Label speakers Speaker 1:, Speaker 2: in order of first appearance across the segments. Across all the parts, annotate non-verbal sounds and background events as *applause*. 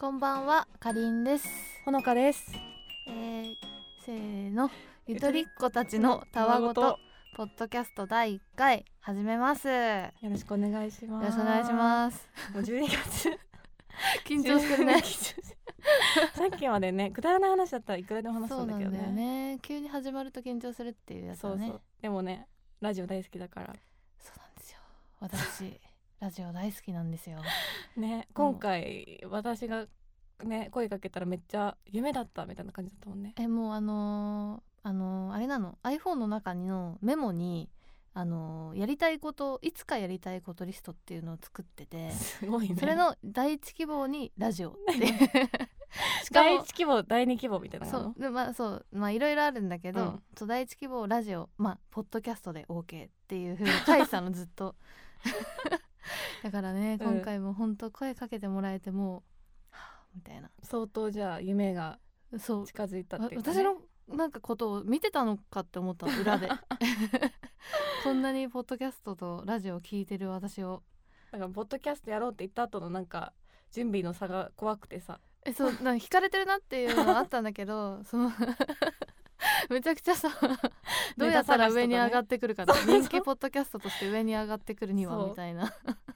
Speaker 1: こんばんは、かりんです。
Speaker 2: ほのかです。
Speaker 1: えー、せーの、ゆとりっ子たちのたわごとポッドキャスト第一回始めます。よ
Speaker 2: よろしくお願いします。
Speaker 1: ろしくお願いします。
Speaker 2: す。もう12月 *laughs*
Speaker 1: 緊張してる *laughs* ね。
Speaker 2: 緊張してるさっきまでねくだらない話だったらいくらでも話し
Speaker 1: そ
Speaker 2: た
Speaker 1: うんな
Speaker 2: だ
Speaker 1: ん
Speaker 2: け
Speaker 1: だ
Speaker 2: ど
Speaker 1: よ
Speaker 2: ね。
Speaker 1: ね。急に始まると緊張するっていうやつ
Speaker 2: そ
Speaker 1: だ
Speaker 2: う
Speaker 1: ね。
Speaker 2: そう。でもねラジオ大好きだから
Speaker 1: そうなんですよ。私 *laughs* ラジオ大好きなんですよ。
Speaker 2: ね今回私がね声かけたらめっちゃ夢だったみたいな感じだったもんね。
Speaker 1: え、もうあのーあのーあれなの、iPhone の中のメモに。あのーやりたいこといつかやりたいことリストっていうのを作ってて
Speaker 2: すごいね。
Speaker 1: それの第一希望にラジオって
Speaker 2: *laughs*
Speaker 1: いうしか
Speaker 2: 第
Speaker 1: も
Speaker 2: 一希望第二希望みたいなの
Speaker 1: そ
Speaker 2: がある
Speaker 1: う
Speaker 2: の。
Speaker 1: でまあそうまあいろいろあるんだけど、
Speaker 2: うん
Speaker 1: そう第一希望ラジオまあポッドキャストで OK っていうふうに書いてたのずっ
Speaker 2: *laughs*
Speaker 1: とだからね
Speaker 2: うん
Speaker 1: 今回も本当声かけてもらえてもうはあみたいな
Speaker 2: 相当じゃあ夢が
Speaker 1: そう
Speaker 2: 近づいた
Speaker 1: わ
Speaker 2: っていうか、ね。
Speaker 1: 私のなんかことを見てたのかって思ったの裏
Speaker 2: *laughs*
Speaker 1: でこんなにポッドキャストとラジオを聞いてる私を
Speaker 2: なんかポッドキャストやろうって言った後のなんか準備の差が怖くてさ
Speaker 1: えそうなんか惹かれてるなっていうのはあったんだけ
Speaker 2: *laughs*
Speaker 1: どその *laughs* めちゃくちゃさどうやったら上に上がってくるかな、
Speaker 2: ネタ探しとかね
Speaker 1: 人気ポッドキャストとして上に上がってくるには
Speaker 2: そう
Speaker 1: みたいな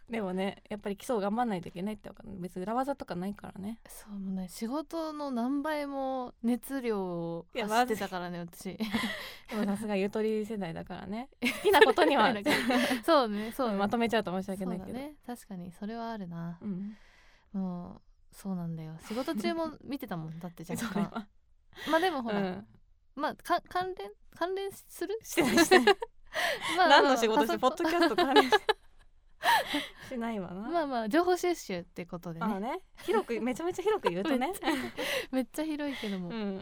Speaker 2: でもねやっぱり基礎を頑張らないといけないってわかる別に裏技とかないからね
Speaker 1: そうもうね仕事の何倍も熱量を
Speaker 2: いや
Speaker 1: 走ってたから
Speaker 2: *laughs*
Speaker 1: ね私
Speaker 2: でもさすがゆとり世代だから *laughs* ね好きなことに *laughs* は
Speaker 1: 世代だそうねそうね
Speaker 2: まとめちゃうと申し訳
Speaker 1: そ
Speaker 2: な
Speaker 1: う
Speaker 2: い
Speaker 1: だ
Speaker 2: けど、
Speaker 1: ね確かにそれはあるな
Speaker 2: う、ん、
Speaker 1: もうそうなんだよ仕事中も見てたもんだって若
Speaker 2: *laughs* それ
Speaker 1: 干
Speaker 2: は
Speaker 1: まあでもほ
Speaker 2: う
Speaker 1: ら、
Speaker 2: ん
Speaker 1: まあか関連関連する
Speaker 2: してないして *laughs* ない
Speaker 1: *laughs* まあまあ
Speaker 2: 何の仕事して
Speaker 1: パ
Speaker 2: ポ
Speaker 1: ソ
Speaker 2: ッ
Speaker 1: コン
Speaker 2: ドキャスト関連して *laughs* しないわな
Speaker 1: まあまあ情報収集ってことで
Speaker 2: ま
Speaker 1: ね
Speaker 2: あね広くめちゃめちゃ広く言う *laughs* とね
Speaker 1: めっちゃ広いけども、
Speaker 2: うん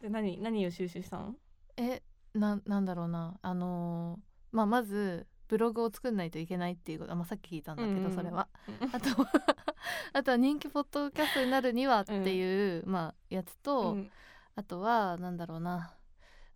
Speaker 2: で何何を収集したの
Speaker 1: えななんだろうなあのーまあまずブログを作んないといけないっていうこと、まあ、さっき聞いたんだけど、
Speaker 2: うんうん
Speaker 1: それは
Speaker 2: うん
Speaker 1: あと *laughs* あとは人気ポッドキャストになるにはっていう、まあやつと、
Speaker 2: うん
Speaker 1: あとはなんだろうな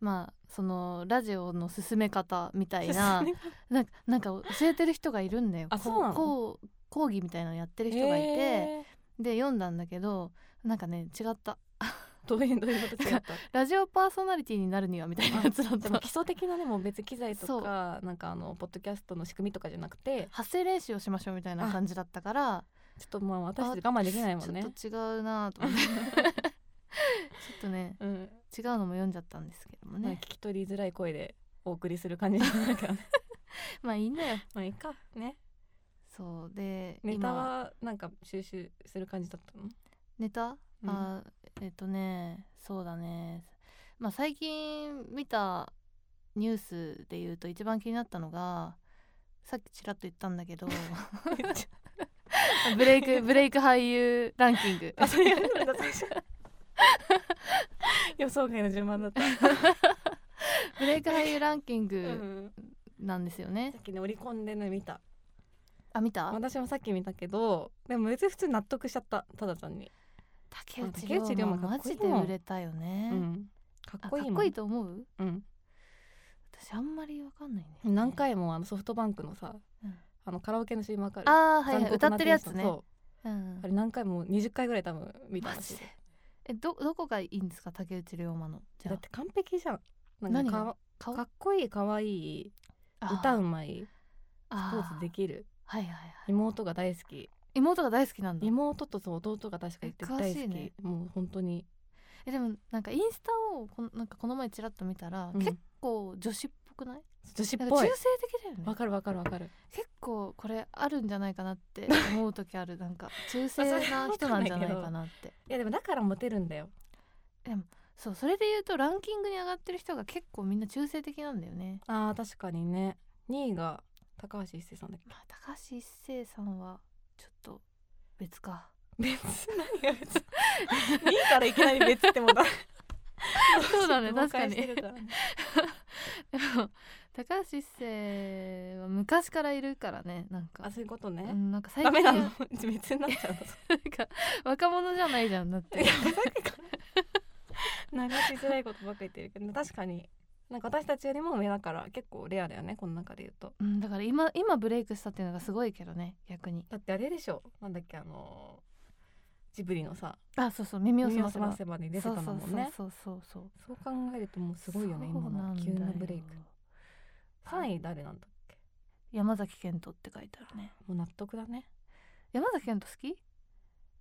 Speaker 1: まあそのラジオの進め方みたいななんかなんか教えてる人がいるんだよ
Speaker 2: あ
Speaker 1: こ
Speaker 2: そうなの
Speaker 1: こう講義みたいなのやってる人がいて、
Speaker 2: え
Speaker 1: で読んだんだけどなんかね違った
Speaker 2: ーどういうどういうこと違 *laughs* った
Speaker 1: ラジオパーソナリティになるにはみたいなやつだっ
Speaker 2: で
Speaker 1: た
Speaker 2: も基礎的なねもう別機材
Speaker 1: そ
Speaker 2: と
Speaker 1: う
Speaker 2: かなんかあのポッドキャストの仕組みとかじゃなくて
Speaker 1: 発声練習をしましょうみたいな感じだったから
Speaker 2: ちょっとまあ私たち我慢できないもんね
Speaker 1: ちょっと違うなと思って
Speaker 2: *laughs*
Speaker 1: ちょっとね
Speaker 2: うん、
Speaker 1: 違うのも読んじゃったんですけども
Speaker 2: まあ
Speaker 1: ね
Speaker 2: 聞き取りづらい声でお送りする感じなんだけどね
Speaker 1: まあいいんだよ
Speaker 2: *laughs* まあいいかね
Speaker 1: そうで
Speaker 2: ネタ
Speaker 1: 今
Speaker 2: はなんか収集する感じだったの
Speaker 1: ネタ、
Speaker 2: うん
Speaker 1: あえっとねそうだねまあ最近見たニュースで言うと一番気になったのがさっきちらっと言ったんだけ
Speaker 2: *laughs*
Speaker 1: どブレイクブレイク俳優ランキング
Speaker 2: あそれやるんだ最初予想外の順番だった、
Speaker 1: ブレイク俳優ランキン
Speaker 2: う
Speaker 1: グ
Speaker 2: ん、
Speaker 1: なんですよね
Speaker 2: さ。っきね折り込んでね見た
Speaker 1: あ見た？
Speaker 2: 私もさっき見たけどでも別に普通に納得しちゃったただ単に、
Speaker 1: 竹内
Speaker 2: 竹内
Speaker 1: 涼
Speaker 2: 涼
Speaker 1: 真
Speaker 2: 真か
Speaker 1: マ
Speaker 2: っこ
Speaker 1: ジ
Speaker 2: いいも
Speaker 1: で
Speaker 2: ん
Speaker 1: 売れたよね
Speaker 2: う。ん、か
Speaker 1: あ
Speaker 2: っこいいもん
Speaker 1: かっこいいと思う？
Speaker 2: うん、
Speaker 1: 私あんまりわかんないね。
Speaker 2: 何回もあのソフトバンクのさ
Speaker 1: うん？
Speaker 2: あのカラオケの CM わかる
Speaker 1: ああはいはい
Speaker 2: 残酷
Speaker 1: 歌
Speaker 2: な
Speaker 1: ってるやつ
Speaker 2: 天使
Speaker 1: ね。
Speaker 2: のそううんあ。れ何回も20回ぐらい多分見た
Speaker 1: マ
Speaker 2: ん
Speaker 1: ジ
Speaker 2: し
Speaker 1: で。えどどこがいいんですか竹内涼真の？じゃ
Speaker 2: だっ
Speaker 1: あ
Speaker 2: て完璧じゃんなん
Speaker 1: 何
Speaker 2: か
Speaker 1: が
Speaker 2: か
Speaker 1: 顔
Speaker 2: かっこいいかわいい歌う
Speaker 1: う
Speaker 2: まいスポーツできる
Speaker 1: はいはいはい。
Speaker 2: 妹が大好き
Speaker 1: 妹が大好きなんだ。
Speaker 2: 妹とその弟が確か言っ
Speaker 1: え
Speaker 2: て
Speaker 1: 詳
Speaker 2: 大
Speaker 1: しい
Speaker 2: 好
Speaker 1: ね
Speaker 2: きもう本当に
Speaker 1: えでもなんかインスタをこのなんかこの前ちらっと見たら、
Speaker 2: うん
Speaker 1: 結構女子っぽくない？
Speaker 2: 女子っ
Speaker 1: なんか
Speaker 2: ぽ
Speaker 1: 中
Speaker 2: い
Speaker 1: 性的だよね。
Speaker 2: わかるわかるわかる
Speaker 1: 結構これあるんじゃないかな *laughs* って思う時あるなんか中性な人なんじゃないかなって
Speaker 2: いやでもだからモテるんだよ
Speaker 1: そうそれで言うとランキングに上がってる人が結構みんな中性的なんだよね
Speaker 2: あー確かにね2位が高橋一生さんだっけ
Speaker 1: まあ高橋一生さんはちょっと別か
Speaker 2: 別何が別2位からいきなり別ってもだ
Speaker 1: *laughs* そう
Speaker 2: *laughs*
Speaker 1: だね確かに
Speaker 2: 誤解してるらね
Speaker 1: でも *laughs* 高橋一生は昔からいるからねなんか
Speaker 2: あそういうことね、
Speaker 1: うんなんか最
Speaker 2: ダメ
Speaker 1: 近
Speaker 2: な
Speaker 1: は
Speaker 2: の別になっちゃうの
Speaker 1: なんか若者じゃないじゃんだって
Speaker 2: *laughs* 流しづらいことばっかり言ってるけど確かになんか私たちよりも上だから結構レアだよねこの中で言うと
Speaker 1: うんだから今今ブレイクしたっていうのがすごいけどね逆に
Speaker 2: だってあれでしょなんだっけあのージブリのさ
Speaker 1: あそうそう耳を澄
Speaker 2: 耳を
Speaker 1: ませ
Speaker 2: 澄ま
Speaker 1: ば
Speaker 2: せばに出てたんだもんね
Speaker 1: そうそうそうそう
Speaker 2: そう考えるともうすごいよね
Speaker 1: そう
Speaker 2: 今
Speaker 1: な
Speaker 2: の
Speaker 1: んだ
Speaker 2: 急
Speaker 1: よ
Speaker 2: なブレイク3位誰なんだっけ
Speaker 1: 山崎賢人って書いてあるね
Speaker 2: もう納得だね
Speaker 1: 山崎賢人好き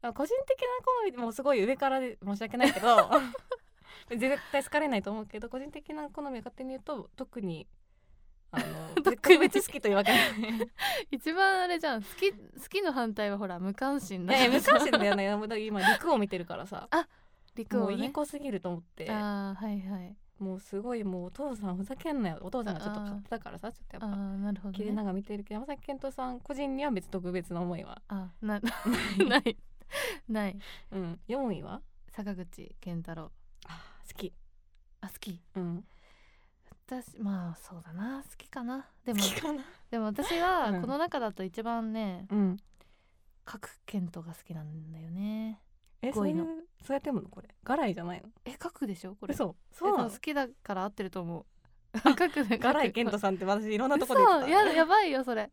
Speaker 2: あ個人的な好みもうすごい上からで申し訳ない
Speaker 1: *laughs*
Speaker 2: けど絶対好かれないと思うけど個人的な好みを勝手に言うと特に
Speaker 1: *laughs*
Speaker 2: あの特別好きというわけじゃない
Speaker 1: 一番あれじゃん好き好きの反対はほら無関心だ *laughs*
Speaker 2: ね無関心だよね *laughs* もうだから今陸を見てるからさ
Speaker 1: 陸
Speaker 2: も
Speaker 1: を
Speaker 2: う
Speaker 1: ね
Speaker 2: いい子すぎると思って
Speaker 1: ああはいはい
Speaker 2: もうすごいもうお父さんふざけんなよお父さんがちょっと
Speaker 1: あー
Speaker 2: 勝手だからさちょっと
Speaker 1: あ
Speaker 2: やっぱ
Speaker 1: あなるほど、
Speaker 2: 切
Speaker 1: ね
Speaker 2: れ、ながら見てるけど山崎賢人さん個人には別特別な思いは、
Speaker 1: あな *laughs* ないない
Speaker 2: うん、4位は
Speaker 1: 坂口健太郎
Speaker 2: あー好き、
Speaker 1: あ好き
Speaker 2: うん、
Speaker 1: 私まあそうだな好きかなで
Speaker 2: 好
Speaker 1: も
Speaker 2: きかな、
Speaker 1: でも私
Speaker 2: う
Speaker 1: は
Speaker 2: ん
Speaker 1: この中だと一番ね
Speaker 2: うん、
Speaker 1: 角健人が好きなんだよね
Speaker 2: え
Speaker 1: 五位の
Speaker 2: そういうそうやってものこれガライじゃないの
Speaker 1: え角でしょこ
Speaker 2: こ
Speaker 1: れ
Speaker 2: れそう
Speaker 1: え
Speaker 2: そうな
Speaker 1: でも
Speaker 2: の
Speaker 1: 好きだから合ってると思う *laughs* 角で
Speaker 2: ガライケントさんって私いろんなとこで言っ
Speaker 1: そう
Speaker 2: てた
Speaker 1: ややばいよそれ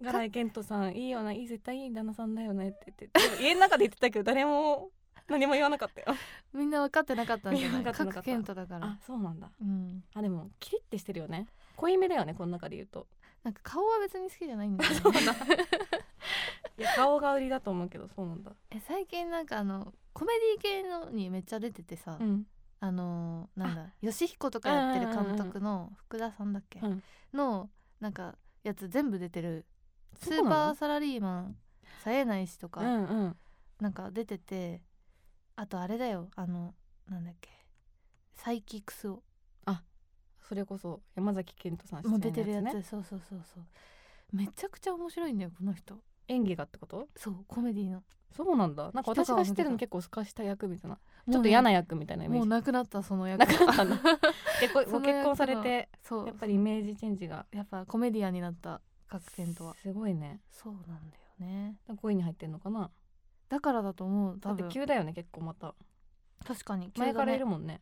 Speaker 2: ガライケントさんいいよないい絶対いい旦那さんだよねって言ってでも家の中で言ってたけど誰も何も言わなかった
Speaker 1: *laughs*
Speaker 2: よ
Speaker 1: みんな分かってなかったんじゃな
Speaker 2: みん
Speaker 1: い
Speaker 2: な分かっ
Speaker 1: 角
Speaker 2: てなかった
Speaker 1: 健人だから
Speaker 2: あそうなんだ
Speaker 1: うん
Speaker 2: あでもキリッてしてるよね濃いめだよねこの中で言うと
Speaker 1: なんか顔は別に好きじゃないん
Speaker 2: *laughs*
Speaker 1: だよね
Speaker 2: いや顔が売りだと思うけどそうなんだ
Speaker 1: え最近なんかあのコメディ系のにめっちゃ出ててさ、
Speaker 2: うん
Speaker 1: あのーなんだ義彦とかやってる監督の福田さんだっけ、
Speaker 2: うん
Speaker 1: のなんかやつ全部出てるス
Speaker 2: そうな
Speaker 1: ー
Speaker 2: の
Speaker 1: パーサラリーマン冴えないしとか、
Speaker 2: うんうん
Speaker 1: なんか出ててあとあれだよあのなんだっけサイキクスを
Speaker 2: それこそ山崎賢人さん
Speaker 1: もう出てるやつ
Speaker 2: 出演のね
Speaker 1: そうそうそうそうめちゃくちゃ面白いんだよこの人
Speaker 2: 演技がってことそう
Speaker 1: コメディの
Speaker 2: そうなんだなんか私
Speaker 1: 人が抜けた
Speaker 2: が知ってるの結構すかした役みたいなちょっと嫌な
Speaker 1: や
Speaker 2: 役みたいなイメー
Speaker 1: もう
Speaker 2: ジ
Speaker 1: なくなったその役
Speaker 2: なかったんだでご
Speaker 1: そ
Speaker 2: ご
Speaker 1: の役
Speaker 2: 結婚されて
Speaker 1: *laughs* そう
Speaker 2: やっぱりイメージチェンジが
Speaker 1: やっぱコメディアンになった角健とは
Speaker 2: すごいね
Speaker 1: そうなんだよね
Speaker 2: 5位に入ってんのかな
Speaker 1: だからだと思う
Speaker 2: だ
Speaker 1: 多
Speaker 2: って
Speaker 1: 分
Speaker 2: 急だよね結構また
Speaker 1: 確かに急だね
Speaker 2: 前からいるもんね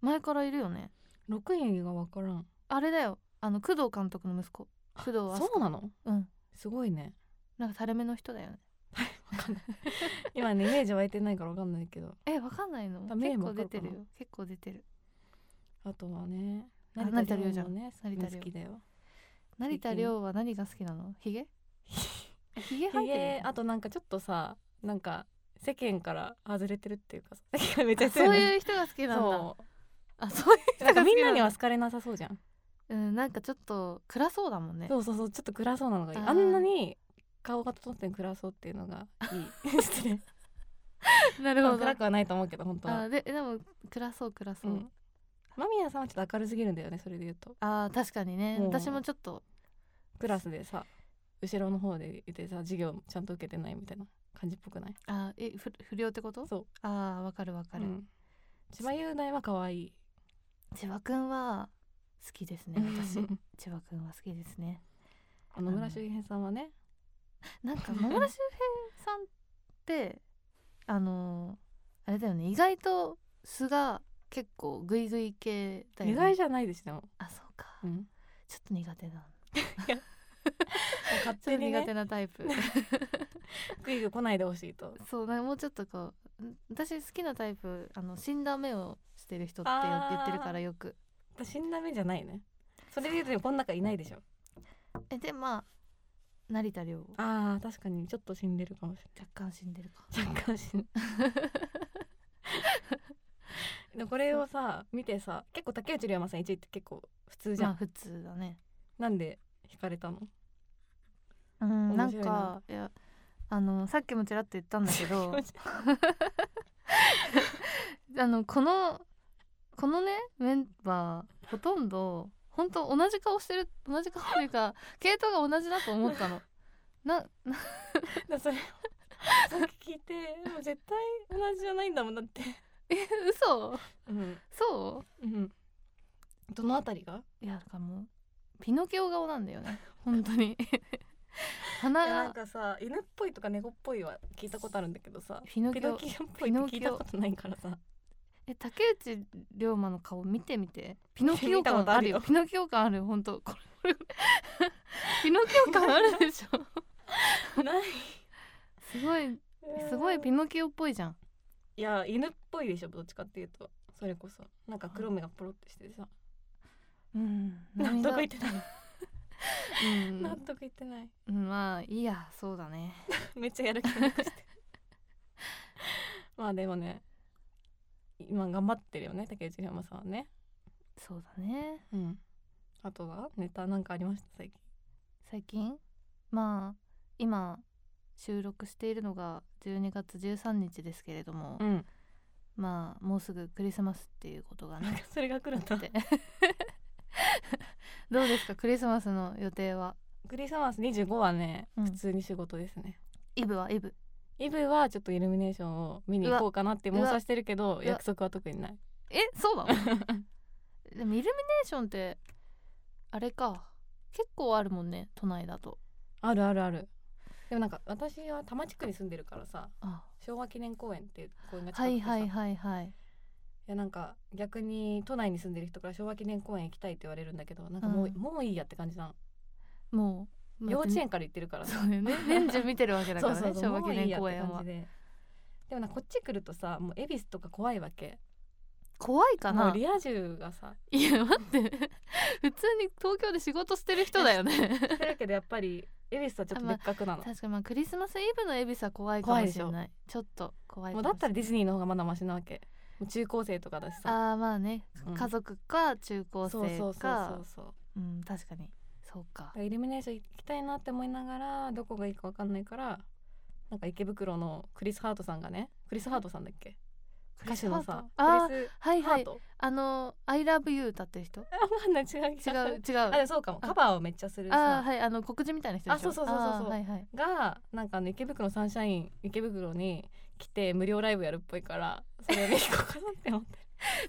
Speaker 1: 前からいるよね
Speaker 2: 6位が分からん
Speaker 1: あれだよあの工藤監督の息子工藤飛
Speaker 2: そうなの
Speaker 1: 鳥うん
Speaker 2: すごいね
Speaker 1: なんか垂れ目の人だよね
Speaker 2: *laughs* 今ねイメージ湧いてないから分かんないけど
Speaker 1: えわかんないの
Speaker 2: あ目
Speaker 1: 結
Speaker 2: も
Speaker 1: 構
Speaker 2: わか
Speaker 1: 出
Speaker 2: る
Speaker 1: て
Speaker 2: かな
Speaker 1: るよ結構出てる
Speaker 2: あとはね
Speaker 1: あ成田凌
Speaker 2: じ
Speaker 1: じ
Speaker 2: ゃ
Speaker 1: ゃ
Speaker 2: ん
Speaker 1: ん
Speaker 2: ね
Speaker 1: 成田凌
Speaker 2: 好き
Speaker 1: *laughs*
Speaker 2: だよ
Speaker 1: 成田凌は何が好きなのヒゲヒゲ生
Speaker 2: ひ
Speaker 1: えてるよ
Speaker 2: げ
Speaker 1: ね
Speaker 2: あとなんかちょっとさなんか世間から外れてるっていう
Speaker 1: *laughs*
Speaker 2: か世間がめっちゃ
Speaker 1: あ
Speaker 2: 言ってる
Speaker 1: そう
Speaker 2: ね
Speaker 1: いう人が好きなんだ
Speaker 2: そう
Speaker 1: あそういう人
Speaker 2: な
Speaker 1: が好
Speaker 2: んかみ
Speaker 1: きな
Speaker 2: んなんに
Speaker 1: だ
Speaker 2: は好かれなさそうじゃん
Speaker 1: *laughs* うんなんかちょっと暗そうだもんね
Speaker 2: そうそうそうちょっと暗そうなのがいい
Speaker 1: あー
Speaker 2: あんなに顔が整って暗そうっていうのがい
Speaker 1: *laughs*
Speaker 2: い失礼
Speaker 1: なるほど
Speaker 2: 暗くはないと思うけど本当は
Speaker 1: あででも暗そう暗そうう、
Speaker 2: ん間宮さんはちょっと明るすぎるんだよねそれで言うと
Speaker 1: あー確かにね
Speaker 2: もう
Speaker 1: 私もちょっと
Speaker 2: クラスでさ後ろの方でいてさ授業ちゃんと受けてないみたいな感じっぽくない
Speaker 1: あーえふ不良ってこと
Speaker 2: そう
Speaker 1: ああわかるわかる、
Speaker 2: うん千葉雄大は可愛い
Speaker 1: 千葉くんは好きです
Speaker 2: *laughs*
Speaker 1: ね私千葉くんは好きですね
Speaker 2: あの野村周平さんはね
Speaker 1: なんか野村周平さんってあのーあれだよね意外と素が結構グイグイ系だよね
Speaker 2: 意外じゃないでしでも、
Speaker 1: あそうか、
Speaker 2: うん、
Speaker 1: ちょっと苦手な *laughs* ち
Speaker 2: 勝
Speaker 1: ょ
Speaker 2: 手
Speaker 1: っと
Speaker 2: に
Speaker 1: 苦
Speaker 2: ね
Speaker 1: 手なタイプ *laughs*
Speaker 2: グイグイ来ないでほしいと
Speaker 1: そうなんかもうちょっとこうん私好きなタイプあの死んだ目をしてる人ってよ
Speaker 2: あー
Speaker 1: 言ってるからよく
Speaker 2: 私死んだ目じゃないねそれで言うとこの中いないでしょ
Speaker 1: えでまあ成田凌若
Speaker 2: あー確かにちょっと死んでるかもし
Speaker 1: 干死んでるか
Speaker 2: れない若干死ん *laughs* でもこれをさ見てさ結構竹内涼真さん1位って結構普通じゃん、
Speaker 1: まあ普通だね
Speaker 2: なんで惹かれたの
Speaker 1: うんな
Speaker 2: 面
Speaker 1: ん
Speaker 2: 白いな
Speaker 1: かいやあのさっきもちらっと言ったんだけ
Speaker 2: *laughs*
Speaker 1: どあのこのこのねメンバーほとんど本当同じ顔してる同じ顔っていうか系統が同じだと思ったの。
Speaker 2: *laughs*
Speaker 1: なな
Speaker 2: だそれをさっき聞いてもう絶対同じじゃないんだもんだって
Speaker 1: え嘘
Speaker 2: うん、
Speaker 1: そ
Speaker 2: うん、どのあたりが
Speaker 1: ういやだからもうピノキオ顔なんだ
Speaker 2: *laughs*
Speaker 1: よね本当に
Speaker 2: い
Speaker 1: 鼻
Speaker 2: やなん
Speaker 1: が
Speaker 2: かさ犬っぽいとか猫っぽいは聞いたことあるんだけどさ
Speaker 1: ピノ
Speaker 2: ピ
Speaker 1: キ
Speaker 2: ノ
Speaker 1: オ
Speaker 2: キオっぽいって聞いたことない *laughs* からさ
Speaker 1: え竹内涼真の顔見てみてピノキオ
Speaker 2: *laughs* 見たこ
Speaker 1: 感
Speaker 2: とあ
Speaker 1: あ
Speaker 2: る
Speaker 1: る
Speaker 2: よ
Speaker 1: よピノキオ感ある本当 *laughs* これこれピノキオ感あるでしょ
Speaker 2: ない
Speaker 1: *laughs* すごいすごいピノキオっぽいじゃん
Speaker 2: いや犬っぽいでしょどっちかっていうとそれこそなんか黒目がポロってしてさ
Speaker 1: うん
Speaker 2: 納得
Speaker 1: 何が
Speaker 2: いってない
Speaker 1: うん
Speaker 2: 納得いってない *laughs*
Speaker 1: うんまあいいやそうだね
Speaker 2: めっちゃやる気なくしてまあでもね今頑張ってるよね竹内山さんはね
Speaker 1: そうだね
Speaker 2: うんあとはネタなんかありました最近
Speaker 1: 最近まあ今収録しているのが12月13日ですけれども、
Speaker 2: ん
Speaker 1: まあもうすぐクリスマスっていうことが
Speaker 2: なん
Speaker 1: ね *laughs*
Speaker 2: かそれが来るん
Speaker 1: あ
Speaker 2: だ
Speaker 1: ってどうですかクリスマスの予定は
Speaker 2: クリスマス25はね、
Speaker 1: うん
Speaker 2: 普通に仕事ですね
Speaker 1: イブはイブ
Speaker 2: イブはちょっとイルミネーションを見に行こうかなって
Speaker 1: うわ
Speaker 2: 妄想してるけど
Speaker 1: わ
Speaker 2: 約束は特にない
Speaker 1: えそうなの *laughs* でもイルミネーションってあれか結構あるもんね都内だと
Speaker 2: あるあるあるでもなんか私は多摩地区に住んでるからさ
Speaker 1: あ
Speaker 2: 昭和記念公園っていう公園が近
Speaker 1: は
Speaker 2: くて
Speaker 1: い
Speaker 2: さ、
Speaker 1: はい
Speaker 2: い
Speaker 1: はいはい
Speaker 2: やなんか逆に都内に住んでる人から昭和記念公園行きたいって言われるんだけどなんかもう,、
Speaker 1: うん
Speaker 2: もういいやって感じな
Speaker 1: もう
Speaker 2: の
Speaker 1: まあ
Speaker 2: 幼稚園から行ってるから
Speaker 1: そ
Speaker 2: さ
Speaker 1: うよ
Speaker 2: *laughs*
Speaker 1: ね年中見てるわけだからね昭和
Speaker 2: も
Speaker 1: 記
Speaker 2: ういい
Speaker 1: 念
Speaker 2: やっ
Speaker 1: 公
Speaker 2: て
Speaker 1: 園
Speaker 2: 感
Speaker 1: は
Speaker 2: じででもなんかこっち来るとさもう恵比寿とか怖いわけ
Speaker 1: 怖いか
Speaker 2: も
Speaker 1: な
Speaker 2: うリア充がさ
Speaker 1: いや待って *laughs* 普通に東京で仕事してる人だよ
Speaker 2: *laughs*
Speaker 1: ね
Speaker 2: してるけどやっぱり恵比寿はちょっと別格なの、
Speaker 1: 確かにまあクリスマスイブの恵比寿は怖いかもしれ
Speaker 2: 怖
Speaker 1: ないちょっと怖い
Speaker 2: も
Speaker 1: かもしれな
Speaker 2: うだ
Speaker 1: い
Speaker 2: ったらディズニーの方がまだマシなわけもう中高生とかだしさ
Speaker 1: あーまあね、
Speaker 2: うん
Speaker 1: 家族か中高生か
Speaker 2: そうそうそうそうそう
Speaker 1: うん確かにそうか
Speaker 2: だからイルミネーション行きたいなって思いながらどこがいいか分かんないからなんか池袋のクリス・ハートさんがねクリス・ハートさんだっけ歌手のさ
Speaker 1: クリスハート
Speaker 2: クリス・
Speaker 1: はい
Speaker 2: ハ
Speaker 1: は
Speaker 2: ー
Speaker 1: い
Speaker 2: ト
Speaker 1: あの「ILOVEYOU」歌ってる
Speaker 2: *laughs*
Speaker 1: 人違
Speaker 2: あ分かんない違う気がす
Speaker 1: う
Speaker 2: る
Speaker 1: 違
Speaker 2: あで
Speaker 1: う
Speaker 2: もそうかもカバーをめっちゃする
Speaker 1: あー
Speaker 2: さ
Speaker 1: はいあの黒人みたいな人でしょ
Speaker 2: あそうそうそうそうそ
Speaker 1: あ
Speaker 2: う
Speaker 1: ーはいはい
Speaker 2: がなんかあの池袋のサンシャイン池袋に来て無料ライブやるっぽいからそれ見に行こうかなって思って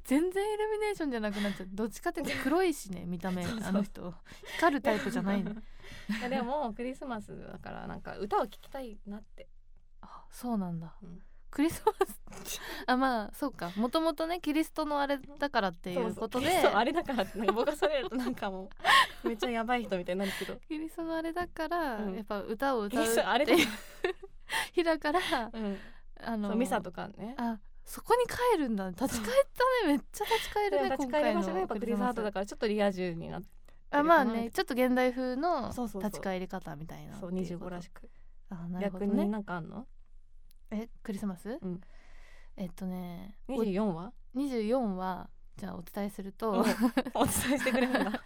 Speaker 1: 全然イルミネーションじゃなくなっちゃうどっちかっていうと黒いしね見た目
Speaker 2: そうそう
Speaker 1: あの人光るタイプじゃないの
Speaker 2: *laughs* いやでもクリスマスだからなんか歌を聴きたいなって
Speaker 1: あそうなんだ、
Speaker 2: うん
Speaker 1: クリスマスあまあそうかもともとねキリストのあれだからっていうことで
Speaker 2: そうそうそうあれだからってなんかぼかされるとなんかも
Speaker 1: *laughs*
Speaker 2: うめっちゃやばい人みたいになるけど
Speaker 1: キリストのあれだから、
Speaker 2: うん
Speaker 1: やっぱ歌を歌うっ
Speaker 2: キリストあれ
Speaker 1: て
Speaker 2: だ
Speaker 1: いう日だから
Speaker 2: うん、
Speaker 1: あ
Speaker 2: そ
Speaker 1: の
Speaker 2: うミサとかね
Speaker 1: あそこに帰るんだ立ち返ったねめっちゃ立ち返
Speaker 2: で
Speaker 1: る
Speaker 2: も
Speaker 1: ね
Speaker 2: 立ち返り場所がやっぱクリスハートだ
Speaker 1: か
Speaker 2: からちょっとリア充になって
Speaker 1: あまあねちょっと現代風の
Speaker 2: そうそうそう
Speaker 1: 立ち返り方みたいな
Speaker 2: そう
Speaker 1: ってい
Speaker 2: 25
Speaker 1: こと
Speaker 2: らしく、
Speaker 1: あなるほ
Speaker 2: 逆
Speaker 1: ど
Speaker 2: に
Speaker 1: ね
Speaker 2: なんかあんの
Speaker 1: えクリスマス、
Speaker 2: うん
Speaker 1: えっとねお
Speaker 2: 24は
Speaker 1: 24はじゃあお伝えすると、 *laughs*
Speaker 2: うんお伝えしてくれるんだ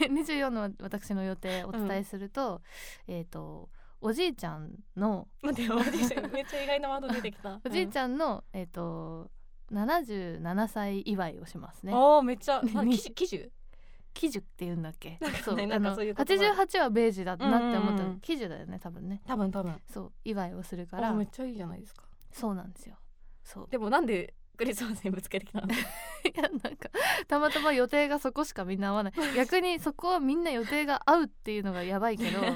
Speaker 1: 24の私の予定お伝えすると、えっとおじいちゃんの
Speaker 2: 待ってよおじいちゃんめっちゃ意外なワード出てきた
Speaker 1: おじいち
Speaker 2: ゃ
Speaker 1: ゃんの、えっと77歳祝いをしますね
Speaker 2: おおめっちゃ
Speaker 1: ね
Speaker 2: なんか喜喜寿
Speaker 1: 喜寿って言うんだっけ
Speaker 2: かね
Speaker 1: そう
Speaker 2: *laughs* な
Speaker 1: あ
Speaker 2: んか
Speaker 1: の
Speaker 2: そういう言葉
Speaker 1: 88はベージュだなって思っ
Speaker 2: うんうん
Speaker 1: た
Speaker 2: うんうん
Speaker 1: 喜寿だよね多分ね
Speaker 2: 多分多分
Speaker 1: そう祝いをするか
Speaker 2: あ
Speaker 1: ら
Speaker 2: めっちゃいいじゃないですか
Speaker 1: そうなんですよそう
Speaker 2: でもなんでクリスマスにぶつけてきたの
Speaker 1: *laughs* いやなんかたまたま予定がそこしかみんな合わ
Speaker 2: *laughs*
Speaker 1: ない逆にそこはみんな予定が合うっていうのがやばい
Speaker 2: *laughs*
Speaker 1: けど *laughs*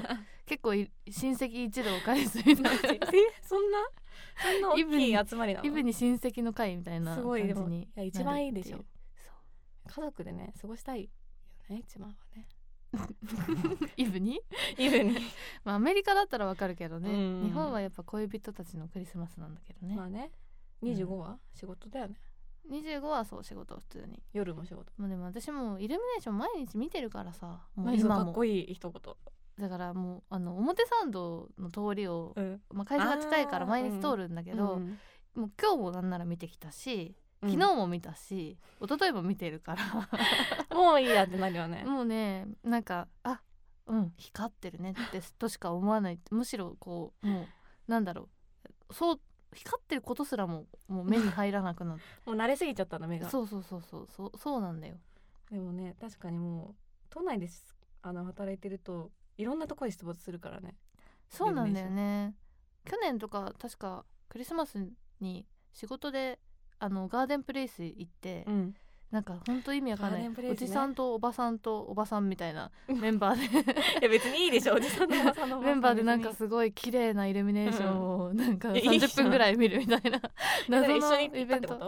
Speaker 1: 結構い親戚一同を返すみたいな
Speaker 2: マジ *laughs* えそんなそんな
Speaker 1: イブに
Speaker 2: 大きい集まりなの
Speaker 1: イブに親戚の会みたいな
Speaker 2: す
Speaker 1: 感
Speaker 2: ご
Speaker 1: じ
Speaker 2: い
Speaker 1: に
Speaker 2: でも
Speaker 1: なるって
Speaker 2: いや
Speaker 1: う
Speaker 2: 一番いいでしょ
Speaker 1: そ
Speaker 2: 家族でね過ごしたいよね一番はね
Speaker 1: う *laughs* イブに、
Speaker 2: イブに
Speaker 1: まあ、アメリカだったらわかるけどね、
Speaker 2: うん
Speaker 1: 日本はやっぱ恋人たちのクリスマスなんだけどね、
Speaker 2: まあね
Speaker 1: うん
Speaker 2: 25は仕事だよね
Speaker 1: 25はそう仕事普通に
Speaker 2: 夜も仕事
Speaker 1: まあでも私もうイルミネーション毎日見てるからさもう
Speaker 2: 何そ
Speaker 1: 今
Speaker 2: のかっ
Speaker 1: も
Speaker 2: こいい一言
Speaker 1: だからもうあの表参道の通りを、
Speaker 2: うん
Speaker 1: まあ、会社が近いから
Speaker 2: あー
Speaker 1: 毎日通るんだけど、
Speaker 2: うん
Speaker 1: もう今日もなんなら見てきたし
Speaker 2: うん
Speaker 1: 昨日も見たし、一昨日も見てるから
Speaker 2: もういいやってなるよね
Speaker 1: もうねなんかあうん光ってるねってとしか思わないむしろこうもうなんだろうそう光ってることすらももう目に入らなくなっ
Speaker 2: もう慣れすぎちゃったの目 *laughs*
Speaker 1: て
Speaker 2: が
Speaker 1: そうそうそうそうそうそうなんだよ
Speaker 2: でもね確かにもう都内ですあの働いてるといろんなとこで出没するからね
Speaker 1: そうなんだよね去年とか確かクリスマスに仕事であのガーデンプレイス行って、
Speaker 2: ん
Speaker 1: なんかほんと意味わかんない、
Speaker 2: ガーデンプレ
Speaker 1: お
Speaker 2: イスね
Speaker 1: じさんとおばさんとおばさんみたいなメンバーで
Speaker 2: いや別にいいでしょおじさんのおばさんのおばさ
Speaker 1: メンバーでなん
Speaker 2: 別
Speaker 1: か
Speaker 2: に
Speaker 1: すごい綺麗なイルミネーションをなんか
Speaker 2: いいじゃん
Speaker 1: 30分ぐらい見るみたい
Speaker 2: *laughs*
Speaker 1: な
Speaker 2: だから
Speaker 1: 謎の
Speaker 2: 一緒に
Speaker 1: イ
Speaker 2: 行った
Speaker 1: ベ
Speaker 2: っ
Speaker 1: ン
Speaker 2: てこ
Speaker 1: ト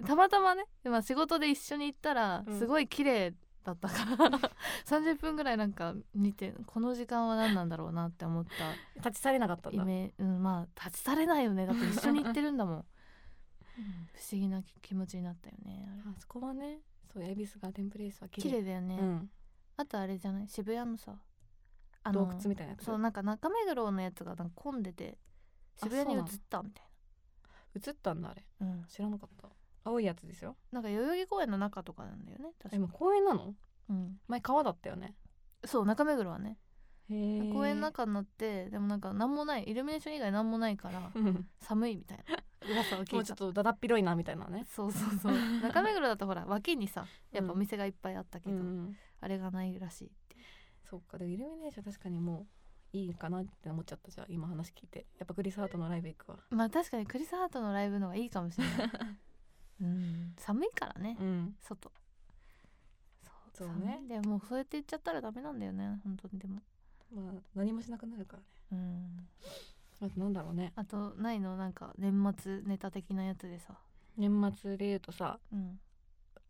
Speaker 2: と
Speaker 1: たまたまね、まあ、仕事で一緒に行ったら
Speaker 2: うん
Speaker 1: すごい綺麗だったから *laughs* 30分ぐらいなんか見てこの時間は何なんだろうなって思った
Speaker 2: 立ち去れなかったん
Speaker 1: イ
Speaker 2: だ *laughs*
Speaker 1: メージ、うん、まあ立ち去れないよねだって一緒に行ってるんだもんうん *laughs* 不思議な気持ちになったよねあれ
Speaker 2: あそこはねそう恵比寿ガーデンプレイスは綺麗
Speaker 1: 綺麗だよね、
Speaker 2: うん、
Speaker 1: あとあれじゃない渋谷のさあ
Speaker 2: 洞窟みたいなやつ
Speaker 1: そうなんか中目黒のやつがなんか混んでて渋谷に移ったみたい
Speaker 2: 映ったんだあれ
Speaker 1: なうん
Speaker 2: 知らなかった青いやつですよ
Speaker 1: なんか代々木公園の中とかなんだよね確か
Speaker 2: 今公園なの
Speaker 1: うん、
Speaker 2: 前川だったよね
Speaker 1: そう中目黒はね
Speaker 2: へ
Speaker 1: 公
Speaker 2: *laughs*
Speaker 1: 園の中になってでもなんか何もないイルミネーション以外何もない
Speaker 2: *laughs*
Speaker 1: から
Speaker 2: うん
Speaker 1: 寒いみたいな噂を聞
Speaker 2: も
Speaker 1: いう
Speaker 2: ちょ
Speaker 1: た
Speaker 2: っとだだっ広いなみたいなね
Speaker 1: そうそうそう
Speaker 2: *laughs*
Speaker 1: 中目黒だとほら脇にさやっぱお店がいっぱいあったけ
Speaker 2: うん
Speaker 1: ど、
Speaker 2: うん
Speaker 1: あれがないらしいって
Speaker 2: そうかでもイルミネーション確かにもういいかなって思っちゃったじゃあ今話聞いてやっぱグリスハートのライブ行くわ
Speaker 1: まあ確かにクリス・ハートのライブの方がいいかもしれ
Speaker 2: *laughs*
Speaker 1: ないうん寒いからね、
Speaker 2: うん
Speaker 1: 外そ
Speaker 2: そうね
Speaker 1: 寒いでもうそうやって言っちゃったらダメなんだよね本当にでも
Speaker 2: まあ何もしなくなるからね
Speaker 1: うん
Speaker 2: あとなんだろうね
Speaker 1: あとないのなんか年末ネタ的なやつでさ
Speaker 2: 年末で言うとさ
Speaker 1: うん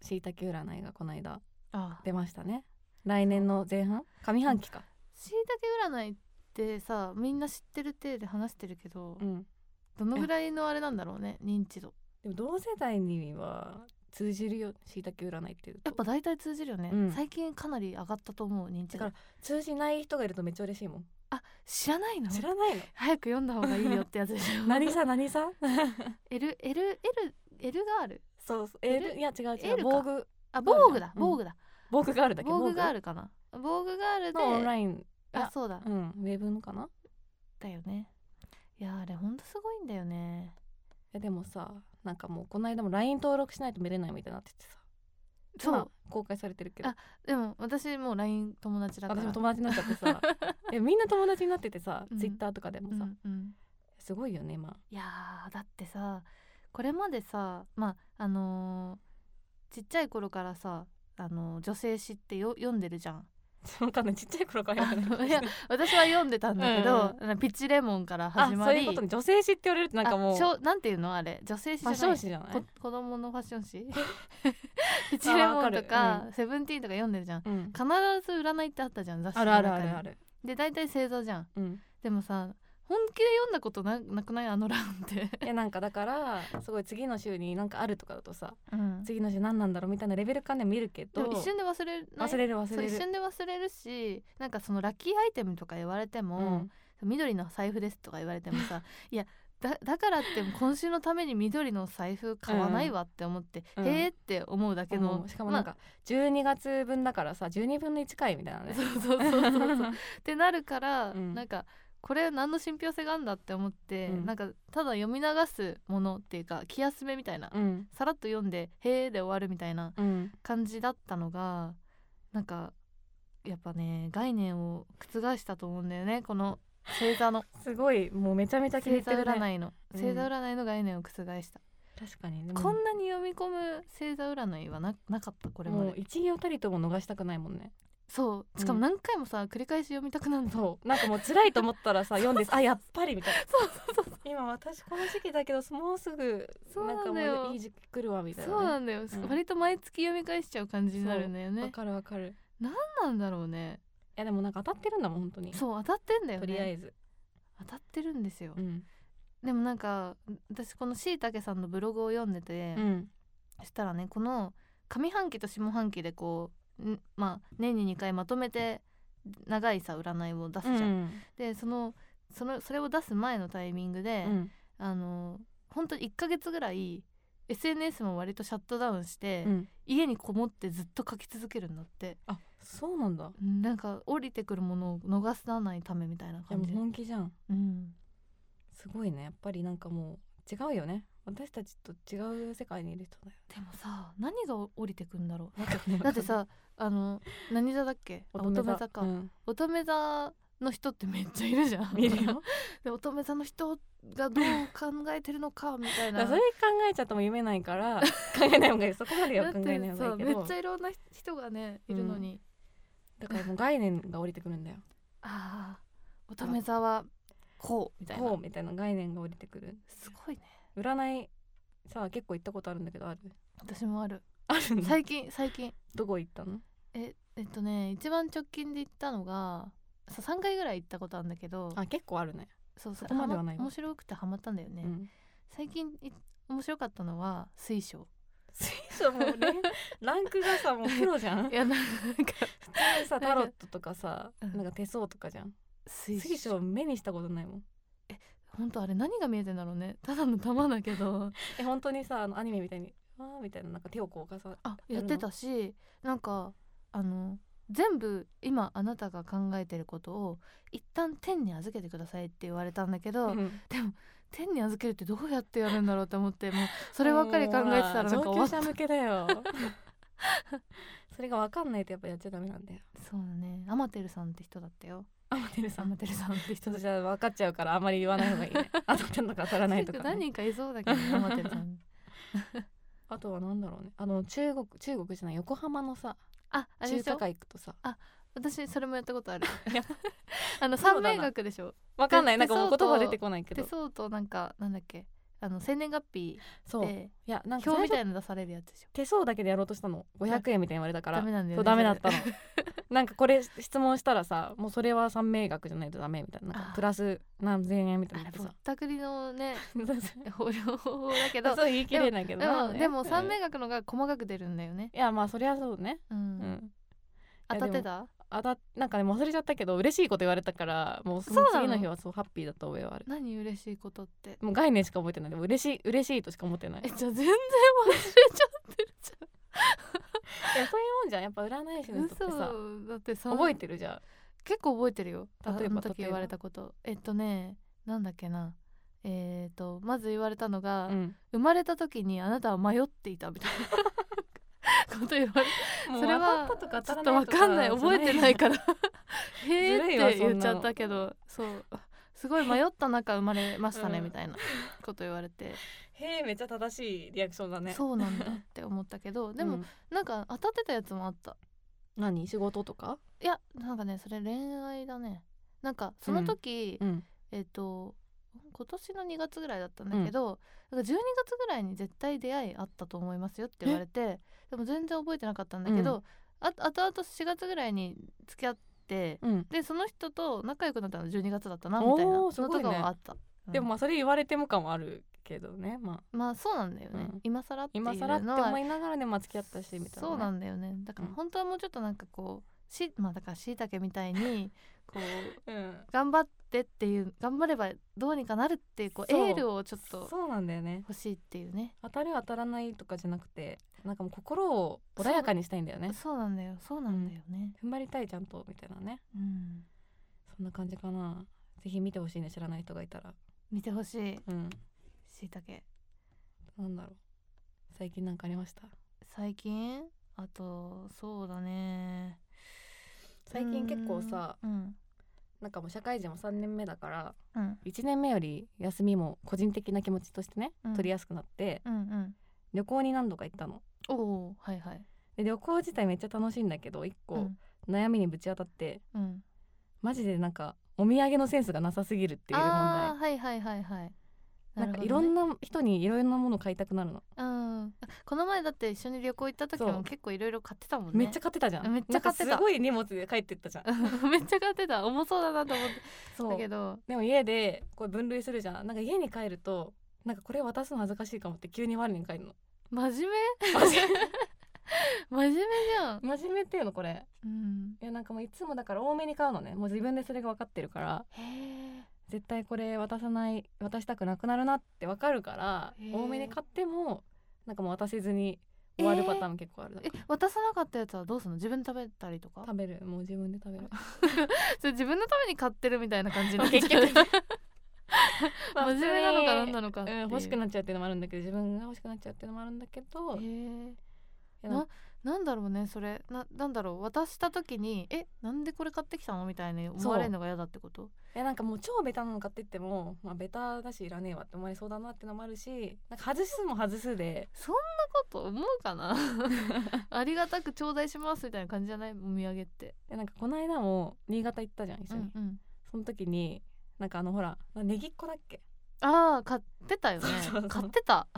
Speaker 2: しいたけ占いがこの間
Speaker 1: あ
Speaker 2: 出ましたね来年の前半上半期か
Speaker 1: しいたけ占いってさみんな知ってる体で話してるけど、
Speaker 2: うん
Speaker 1: どのぐらいのあれなんだろうね認知度
Speaker 2: でも同世代には通じるよしいたけ占いっていうと
Speaker 1: やっぱ大体通じるよね、
Speaker 2: うん
Speaker 1: 最近かなり上がったと思う認知度
Speaker 2: だか通じない人がいるとめっちゃ嬉しいもん
Speaker 1: あ知らないの
Speaker 2: 知らないの
Speaker 1: 早く読んだ方がいいよってやつでしょ *laughs*
Speaker 2: 何さ何さ
Speaker 1: L, L, L, L がある
Speaker 2: そうそう
Speaker 1: エル
Speaker 2: L いや違う違う
Speaker 1: L か
Speaker 2: 防具
Speaker 1: あ防具だ
Speaker 2: うん
Speaker 1: 防具だ、
Speaker 2: 防具があるだけ
Speaker 1: 防具があ
Speaker 2: る
Speaker 1: るかな防具があるで
Speaker 2: のオンライン
Speaker 1: あ
Speaker 2: あ
Speaker 1: そうだ、
Speaker 2: うんウェブのかない
Speaker 1: だよねいやあれほんとすごいんだよね
Speaker 2: やでもさなんかもうこの間も LINE 登録しないと見れないみたいになっててさ
Speaker 1: そう
Speaker 2: 今公開されてるけど
Speaker 1: あでも私もう LINE 友達だから
Speaker 2: 私も友達になっちゃって
Speaker 1: *laughs*
Speaker 2: さえみんな友達になっててさ、
Speaker 1: うん
Speaker 2: Twitter とかでもさ、
Speaker 1: うんうん
Speaker 2: すごいよね今 *laughs*
Speaker 1: いやーだってさこれまでさまああのーちっちゃい頃からさあのー女性誌ってよ読んでるじゃん
Speaker 2: わかんないちっちゃい頃からやらな
Speaker 1: *laughs* あ
Speaker 2: い
Speaker 1: いや私は読んでたんだけど
Speaker 2: う、
Speaker 1: ピッチレモンから
Speaker 2: あ
Speaker 1: 始ま
Speaker 2: そう
Speaker 1: り
Speaker 2: いうことに女性誌って言われるとなんかもう
Speaker 1: あ
Speaker 2: フ
Speaker 1: しょなんていうのあれ女性誌じゃ
Speaker 2: ァ
Speaker 1: な
Speaker 2: ッ
Speaker 1: い
Speaker 2: ション誌じゃない
Speaker 1: こ子供のファッション
Speaker 2: *laughs*
Speaker 1: 誌ピッチレモンと
Speaker 2: あわ
Speaker 1: か
Speaker 2: か
Speaker 1: セブンティーンとか読んでるじゃん
Speaker 2: うん
Speaker 1: 必ず占いってあったじゃん雑誌
Speaker 2: あ
Speaker 1: の
Speaker 2: る
Speaker 1: 中
Speaker 2: あ
Speaker 1: に
Speaker 2: るあるある
Speaker 1: で大体星座じゃん
Speaker 2: うん
Speaker 1: でもさ本気で読んだことななくないあの欄って、
Speaker 2: いやなんかだからすごい次の週になんかあるとかだとさ
Speaker 1: うん *laughs* で
Speaker 2: 次の週何なんだろうみたいなレベル感で見るけど
Speaker 1: も一瞬で忘れる
Speaker 2: 忘れる忘
Speaker 1: そう
Speaker 2: れ
Speaker 1: 一
Speaker 2: る
Speaker 1: 瞬で忘れるしなんかそのラッキーアイテムとか言われて
Speaker 2: う
Speaker 1: も
Speaker 2: ん、
Speaker 1: 緑の財布ですとか言われても
Speaker 2: *laughs*
Speaker 1: さいやだだからって今週のために緑の財布買わないわって思って、
Speaker 2: うん
Speaker 1: へえって思うだけの、
Speaker 2: うんしかもなんか12月分だからさ12分の1回みたいな
Speaker 1: まあ
Speaker 2: ね *laughs*
Speaker 1: そうそうそうそうそうってなるから、
Speaker 2: うん
Speaker 1: なんかこれ何の信憑性があるんだって思って、
Speaker 2: うん
Speaker 1: なんかただ読み流すものっていうか気休めみたいな、
Speaker 2: うん
Speaker 1: さらっと読んで「へーで終わるみたいな
Speaker 2: うん
Speaker 1: 感じだったのがなんかやっぱね概念を覆したと思うんだよねこの星
Speaker 2: *laughs*
Speaker 1: 座の
Speaker 2: すごいもうめちゃめちゃ気に入
Speaker 1: 星
Speaker 2: って
Speaker 1: 座
Speaker 2: る、ね、
Speaker 1: 占いの、
Speaker 2: うん
Speaker 1: 星座占いの概念を覆した、
Speaker 2: 確かにでも
Speaker 1: こんなに読み込む星座占いはななかったこれま
Speaker 2: もう
Speaker 1: で
Speaker 2: 一行たりとも逃したくないもんね
Speaker 1: そうしかも
Speaker 2: うん
Speaker 1: 何回もさ、繰り返し読みたくなるの
Speaker 2: そうなんかもう辛いと思ったら *laughs* さ読んであやっぱりみたいなそうそうそう今私この時期だけどもうすぐ
Speaker 1: そうなんだよ
Speaker 2: かもういい時期来るわみたいなね、
Speaker 1: そうなんだよ、
Speaker 2: ん
Speaker 1: 割と毎月読み返しちゃう感じになるんだよ
Speaker 2: わ
Speaker 1: ね
Speaker 2: かるわかるい
Speaker 1: 何なんだろうね
Speaker 2: やでもなんか当たってるんだもん本当に
Speaker 1: そう当たってんだよ
Speaker 2: と
Speaker 1: ね
Speaker 2: りあえず、
Speaker 1: 当たってるんですよ、
Speaker 2: うん
Speaker 1: でもなんか私このしいたけさんのブログを読んでて、
Speaker 2: うん
Speaker 1: そしたらねこの上半期と下半期でこうんまあ年に2回まとめて長いさ占いを出すじゃん、でそのそのそれを出す前のタイミングで、
Speaker 2: うん
Speaker 1: あの本当に1ヶ月ぐらい SNS も割とシャットダウンして、
Speaker 2: うん
Speaker 1: 家にこもってずっと書き続けるんだって
Speaker 2: あそうなんだ
Speaker 1: なんか降りてくるものを逃さないためみたいない
Speaker 2: や
Speaker 1: 感
Speaker 2: もう
Speaker 1: じ
Speaker 2: 本気じゃん
Speaker 1: うん、
Speaker 2: すごいねやっぱりなんかもう違うよね私たちと違う世界にいる人だよ
Speaker 1: でもさ何が降りてくんだろう
Speaker 2: わかん *laughs* ない
Speaker 1: だってさあの何座だっけあ乙女座か、
Speaker 2: うん
Speaker 1: 乙女座の人ってめっちゃいるじゃん
Speaker 2: 見るよ
Speaker 1: *laughs* で乙女座の人がどう考えてるのかみたい
Speaker 2: だ
Speaker 1: な
Speaker 2: か *laughs* らそれ考えちゃっても夢ないから考えない方がいいそこまで
Speaker 1: だ
Speaker 2: は
Speaker 1: って
Speaker 2: 考えない
Speaker 1: さ
Speaker 2: 方がいい
Speaker 1: め
Speaker 2: け
Speaker 1: っ
Speaker 2: ど
Speaker 1: ちゃいろんな人がねいるのに、
Speaker 2: だからもう概念が降りてくるんだよ
Speaker 1: ああ乙女座はこ *laughs* うみたいな
Speaker 2: こうみたいな概念が降りてくる
Speaker 1: すごいね
Speaker 2: 占いさ結構行ったことあるんだけどある
Speaker 1: 私もある
Speaker 2: あるの
Speaker 1: 最近最近
Speaker 2: どこ行ったの
Speaker 1: ええっとね一番直近で行ったのがさ3回ぐらい行ったことあるんだけど
Speaker 2: あ結構あるね、
Speaker 1: そうそ
Speaker 2: こまではないの
Speaker 1: 面白くてハマったんだよね、
Speaker 2: うん
Speaker 1: 最近い面白かったのは水晶
Speaker 2: 水晶もうね *laughs* ランクがさもうプロじゃ
Speaker 1: *laughs*
Speaker 2: ん
Speaker 1: いやなんか
Speaker 2: さタロットとかさ
Speaker 1: うん
Speaker 2: なんか手相とかじゃん
Speaker 1: 水
Speaker 2: 水晶目にしたことないもん
Speaker 1: 本当あれ何が見えてんだろうねただの玉だけ
Speaker 2: *laughs*
Speaker 1: ど
Speaker 2: え本当にさあのアニメみたいにわーみたいななんか手をこうかさ
Speaker 1: あや
Speaker 2: やる
Speaker 1: っ
Speaker 2: の
Speaker 1: てたしなんかあの全部今あなたが考えてることを一旦天に預けてくださいって言われたんだけど、
Speaker 2: うん
Speaker 1: でも天に預けるってどうやってやるんだろうと思って
Speaker 2: *laughs*
Speaker 1: もうそればっかり考えてたらなんか
Speaker 2: も
Speaker 1: 終
Speaker 2: うほ
Speaker 1: わ
Speaker 2: 上
Speaker 1: っ
Speaker 2: 級者向けだよ *laughs* それが分かんないとやっぱやっちゃダメなんだよ
Speaker 1: そうだねアマテルさんって人だったよ
Speaker 2: アマテル
Speaker 1: *laughs*
Speaker 2: さ
Speaker 1: ア
Speaker 2: ん
Speaker 1: マテルさんって
Speaker 2: ち
Speaker 1: 人
Speaker 2: ょ
Speaker 1: だっ
Speaker 2: っとじゃあ分かっちゃうからあんまり言わない方がいい *laughs* ね当たってんのか当たら
Speaker 1: た
Speaker 2: ないとか、
Speaker 1: 何人かいそうだけど
Speaker 2: *laughs*
Speaker 1: ねアマテルさん
Speaker 2: あとはなんだろうねあの中国中国じゃない横浜のさ
Speaker 1: ああれで
Speaker 2: 中
Speaker 1: しょ
Speaker 2: 華街行くとさ
Speaker 1: 私それもやったことある *laughs* あの
Speaker 2: そう
Speaker 1: 三
Speaker 2: だな
Speaker 1: 名学でしょ
Speaker 2: 分かんないなんかもう
Speaker 1: 手
Speaker 2: 言
Speaker 1: 相
Speaker 2: 葉
Speaker 1: と
Speaker 2: 出てこないけ
Speaker 1: 手
Speaker 2: ど
Speaker 1: 相となんかなんだっけあの生年月日
Speaker 2: そうい
Speaker 1: で
Speaker 2: やなんか
Speaker 1: 表みた
Speaker 2: 最初
Speaker 1: いなの出されるやつでしょ
Speaker 2: 手相だけでやろうとしたの500円みたいに言われたから
Speaker 1: ダメなんだよ
Speaker 2: そ
Speaker 1: ね
Speaker 2: うダメだっ
Speaker 1: そ
Speaker 2: た
Speaker 1: れ
Speaker 2: の *laughs* なんかこれ質問したらさもうそれは三名額じゃないとダメみたいななんか
Speaker 1: あー
Speaker 2: プラス何千円みたい
Speaker 1: あ
Speaker 2: な
Speaker 1: れ
Speaker 2: と
Speaker 1: ぼっ
Speaker 2: さ
Speaker 1: たくりの
Speaker 2: *laughs*
Speaker 1: ね
Speaker 2: そ
Speaker 1: 方法だけど
Speaker 2: う言い切れないけど
Speaker 1: でもでも
Speaker 2: 三
Speaker 1: 三名学のが細かく出るんだよね
Speaker 2: いやまあそりゃそうね
Speaker 1: う
Speaker 2: うん、
Speaker 1: ん当たってた
Speaker 2: あたなんかね忘れちゃったけど嬉しいこと言われたからもうそ
Speaker 1: そう
Speaker 2: の
Speaker 1: なの
Speaker 2: 次の日はそうハッピーだった覚えはある
Speaker 1: 何嬉しいことって
Speaker 2: もう概念しか覚えてないでも嬉しい嬉しいとしか思って *laughs* ない
Speaker 1: え
Speaker 2: い
Speaker 1: じゃあ全然忘れちゃってるじ
Speaker 2: やそういうもんじゃんやっぱ占い師
Speaker 1: ゃん
Speaker 2: の人ってさ
Speaker 1: 嘘だってさ
Speaker 2: 覚えてるじゃん
Speaker 1: 結構覚えてるよ
Speaker 2: 例えば
Speaker 1: ああの時
Speaker 2: 例えば
Speaker 1: 言われたことえっとねなんだっけなえっ、とまず言われたのが、
Speaker 2: うん
Speaker 1: 生まれた時にあなたは迷っていたみたい
Speaker 2: *laughs*
Speaker 1: なこと言われて
Speaker 2: もう
Speaker 1: それは
Speaker 2: 当たったとか
Speaker 1: ち
Speaker 2: 当
Speaker 1: ょったと
Speaker 2: ら
Speaker 1: わかんない
Speaker 2: とか
Speaker 1: 覚えてないからへ
Speaker 2: *laughs* ずるいわ
Speaker 1: ーって
Speaker 2: そんなの
Speaker 1: 言っちゃったけどそうすごい迷った中生まれましたね
Speaker 2: うん
Speaker 1: みたいなこと言われて、
Speaker 2: へえめっちゃ正しいリアクション *laughs* だね
Speaker 1: そうなんだって思ったけ
Speaker 2: *laughs*
Speaker 1: どでも、
Speaker 2: うん
Speaker 1: なんか当たってたやつもあった
Speaker 2: 何仕事とか
Speaker 1: いやなんかねそれ恋愛だねなんかその時、
Speaker 2: うん
Speaker 1: えっ、と今年の2月ぐらいだったんだけど、なんか12月ぐらいに絶対出会いあったと思いますよって言われてでも全然覚えてなかったんだけど、ああとあと4月ぐらいに付き合って
Speaker 2: うん
Speaker 1: でその人と仲良くなったの12月だったなみ
Speaker 2: おー
Speaker 1: たいなの
Speaker 2: すご
Speaker 1: と
Speaker 2: い
Speaker 1: か
Speaker 2: ね
Speaker 1: はあった、うん
Speaker 2: でもまあそれ言われても感はあるけどねまあ
Speaker 1: まあそうなんだよね、
Speaker 2: うん
Speaker 1: 今更っていうの
Speaker 2: 今
Speaker 1: は
Speaker 2: 更って思いながらねまあ付き合ったしみたいな、ね、
Speaker 1: そうなんだよねだから
Speaker 2: うん
Speaker 1: 本当はもうちょっとなんかこうしまあだからしいたけみたい
Speaker 2: *laughs*
Speaker 1: にこう
Speaker 2: うん
Speaker 1: 頑張ってっていう頑張ればどうにかなるっていうこう
Speaker 2: そう
Speaker 1: エールをちょっと
Speaker 2: そうなんだよね
Speaker 1: 欲しいっていうね
Speaker 2: 当たる当たらないとかじゃなくてなんかもう心を穏やかにしたいんだよね
Speaker 1: そうなんだよそうなんだよね
Speaker 2: 踏ん張りたいちゃんとみたいなね
Speaker 1: うん、
Speaker 2: そんな感じかなぜひ見てほしいね知らない人がいたら
Speaker 1: 見てほしい
Speaker 2: うん
Speaker 1: しいたけ
Speaker 2: なんだろう最近なんかありました
Speaker 1: 最近あとそうだね
Speaker 2: 最近結構さ
Speaker 1: うん
Speaker 2: なんかもう社会人も3年目だから
Speaker 1: うん
Speaker 2: 1年目より休みも個人的な気持ちとしてね、
Speaker 1: うん
Speaker 2: 取りやすくなって
Speaker 1: うんうん
Speaker 2: 旅行に何度か行ったの
Speaker 1: おおーはいはい
Speaker 2: で旅行自体めっちゃ楽しいんだけど一
Speaker 1: う
Speaker 2: 個
Speaker 1: ん
Speaker 2: 悩みにぶち当たって、
Speaker 1: うん
Speaker 2: マジでなんかお土産のセンスがなさすぎるっていう問
Speaker 1: あ
Speaker 2: 題
Speaker 1: ーはいはいはいはい
Speaker 2: なん
Speaker 1: る
Speaker 2: か
Speaker 1: ほどね
Speaker 2: いろんな人にいろんなもの買いたくなるの、
Speaker 1: うん、この前だって一緒に旅行行った時
Speaker 2: そう
Speaker 1: も結構いろいろ買ってたもんね
Speaker 2: めっちゃ買ってたじゃん
Speaker 1: めっちゃ買ってた
Speaker 2: なんかすごい荷物で帰ってったじゃん
Speaker 1: *laughs* めっちゃ買ってた重そうだなと思って
Speaker 2: そ
Speaker 1: た
Speaker 2: う
Speaker 1: けど
Speaker 2: でも家でこう分類するじゃんなんか家に帰るとなんかこれ渡すの恥ずかしいかもって急に我に
Speaker 1: *laughs*
Speaker 2: 返るの
Speaker 1: 真面
Speaker 2: 真面
Speaker 1: 目真面目じゃん、
Speaker 2: 目真面目っていうのこれ
Speaker 1: うん、
Speaker 2: いやなんかもういつもだから多めに買うのねもう自分でそれが分かってるから
Speaker 1: へ
Speaker 2: 絶対これ渡さない渡したくなくなるなってわかるから
Speaker 1: へー
Speaker 2: 多めに買ってもなんかもう渡せずに終わるパターンも結構ある、
Speaker 1: ええ渡さなかったやつはどうするの自分で食べたりとか
Speaker 2: 食べるもう自分で食べる
Speaker 1: それ自分のために買ってるみたいな感じになっちゃう
Speaker 2: 結
Speaker 1: *laughs*
Speaker 2: 局
Speaker 1: 真面目なのか何な
Speaker 2: の
Speaker 1: のかって
Speaker 2: うん、
Speaker 1: いう
Speaker 2: 欲しくなっちゃうっていうのもあるんだけど自分が欲しくなっちゃうっていうのもあるんだけど
Speaker 1: へえ
Speaker 2: いやなんか
Speaker 1: なんだろうねそれななんだろう渡した時にえなんでこれ買ってきたのみたいに思われるのが嫌だってこと
Speaker 2: いやなんかもう超ベタなの買ってっても、まあ、ベタだしいらねえわって思われそうだなってのもあるしなんか外すも外すで
Speaker 1: そんなこと思うかなありがたく頂戴しますみたいな感じじゃないお土産って、
Speaker 2: でなんかこの間も新潟行ったじゃん一緒に、
Speaker 1: うん
Speaker 2: その時になんかあのほらネギっ子だっけ
Speaker 1: ああ買ってたよね
Speaker 2: そうそうそう
Speaker 1: 買ってた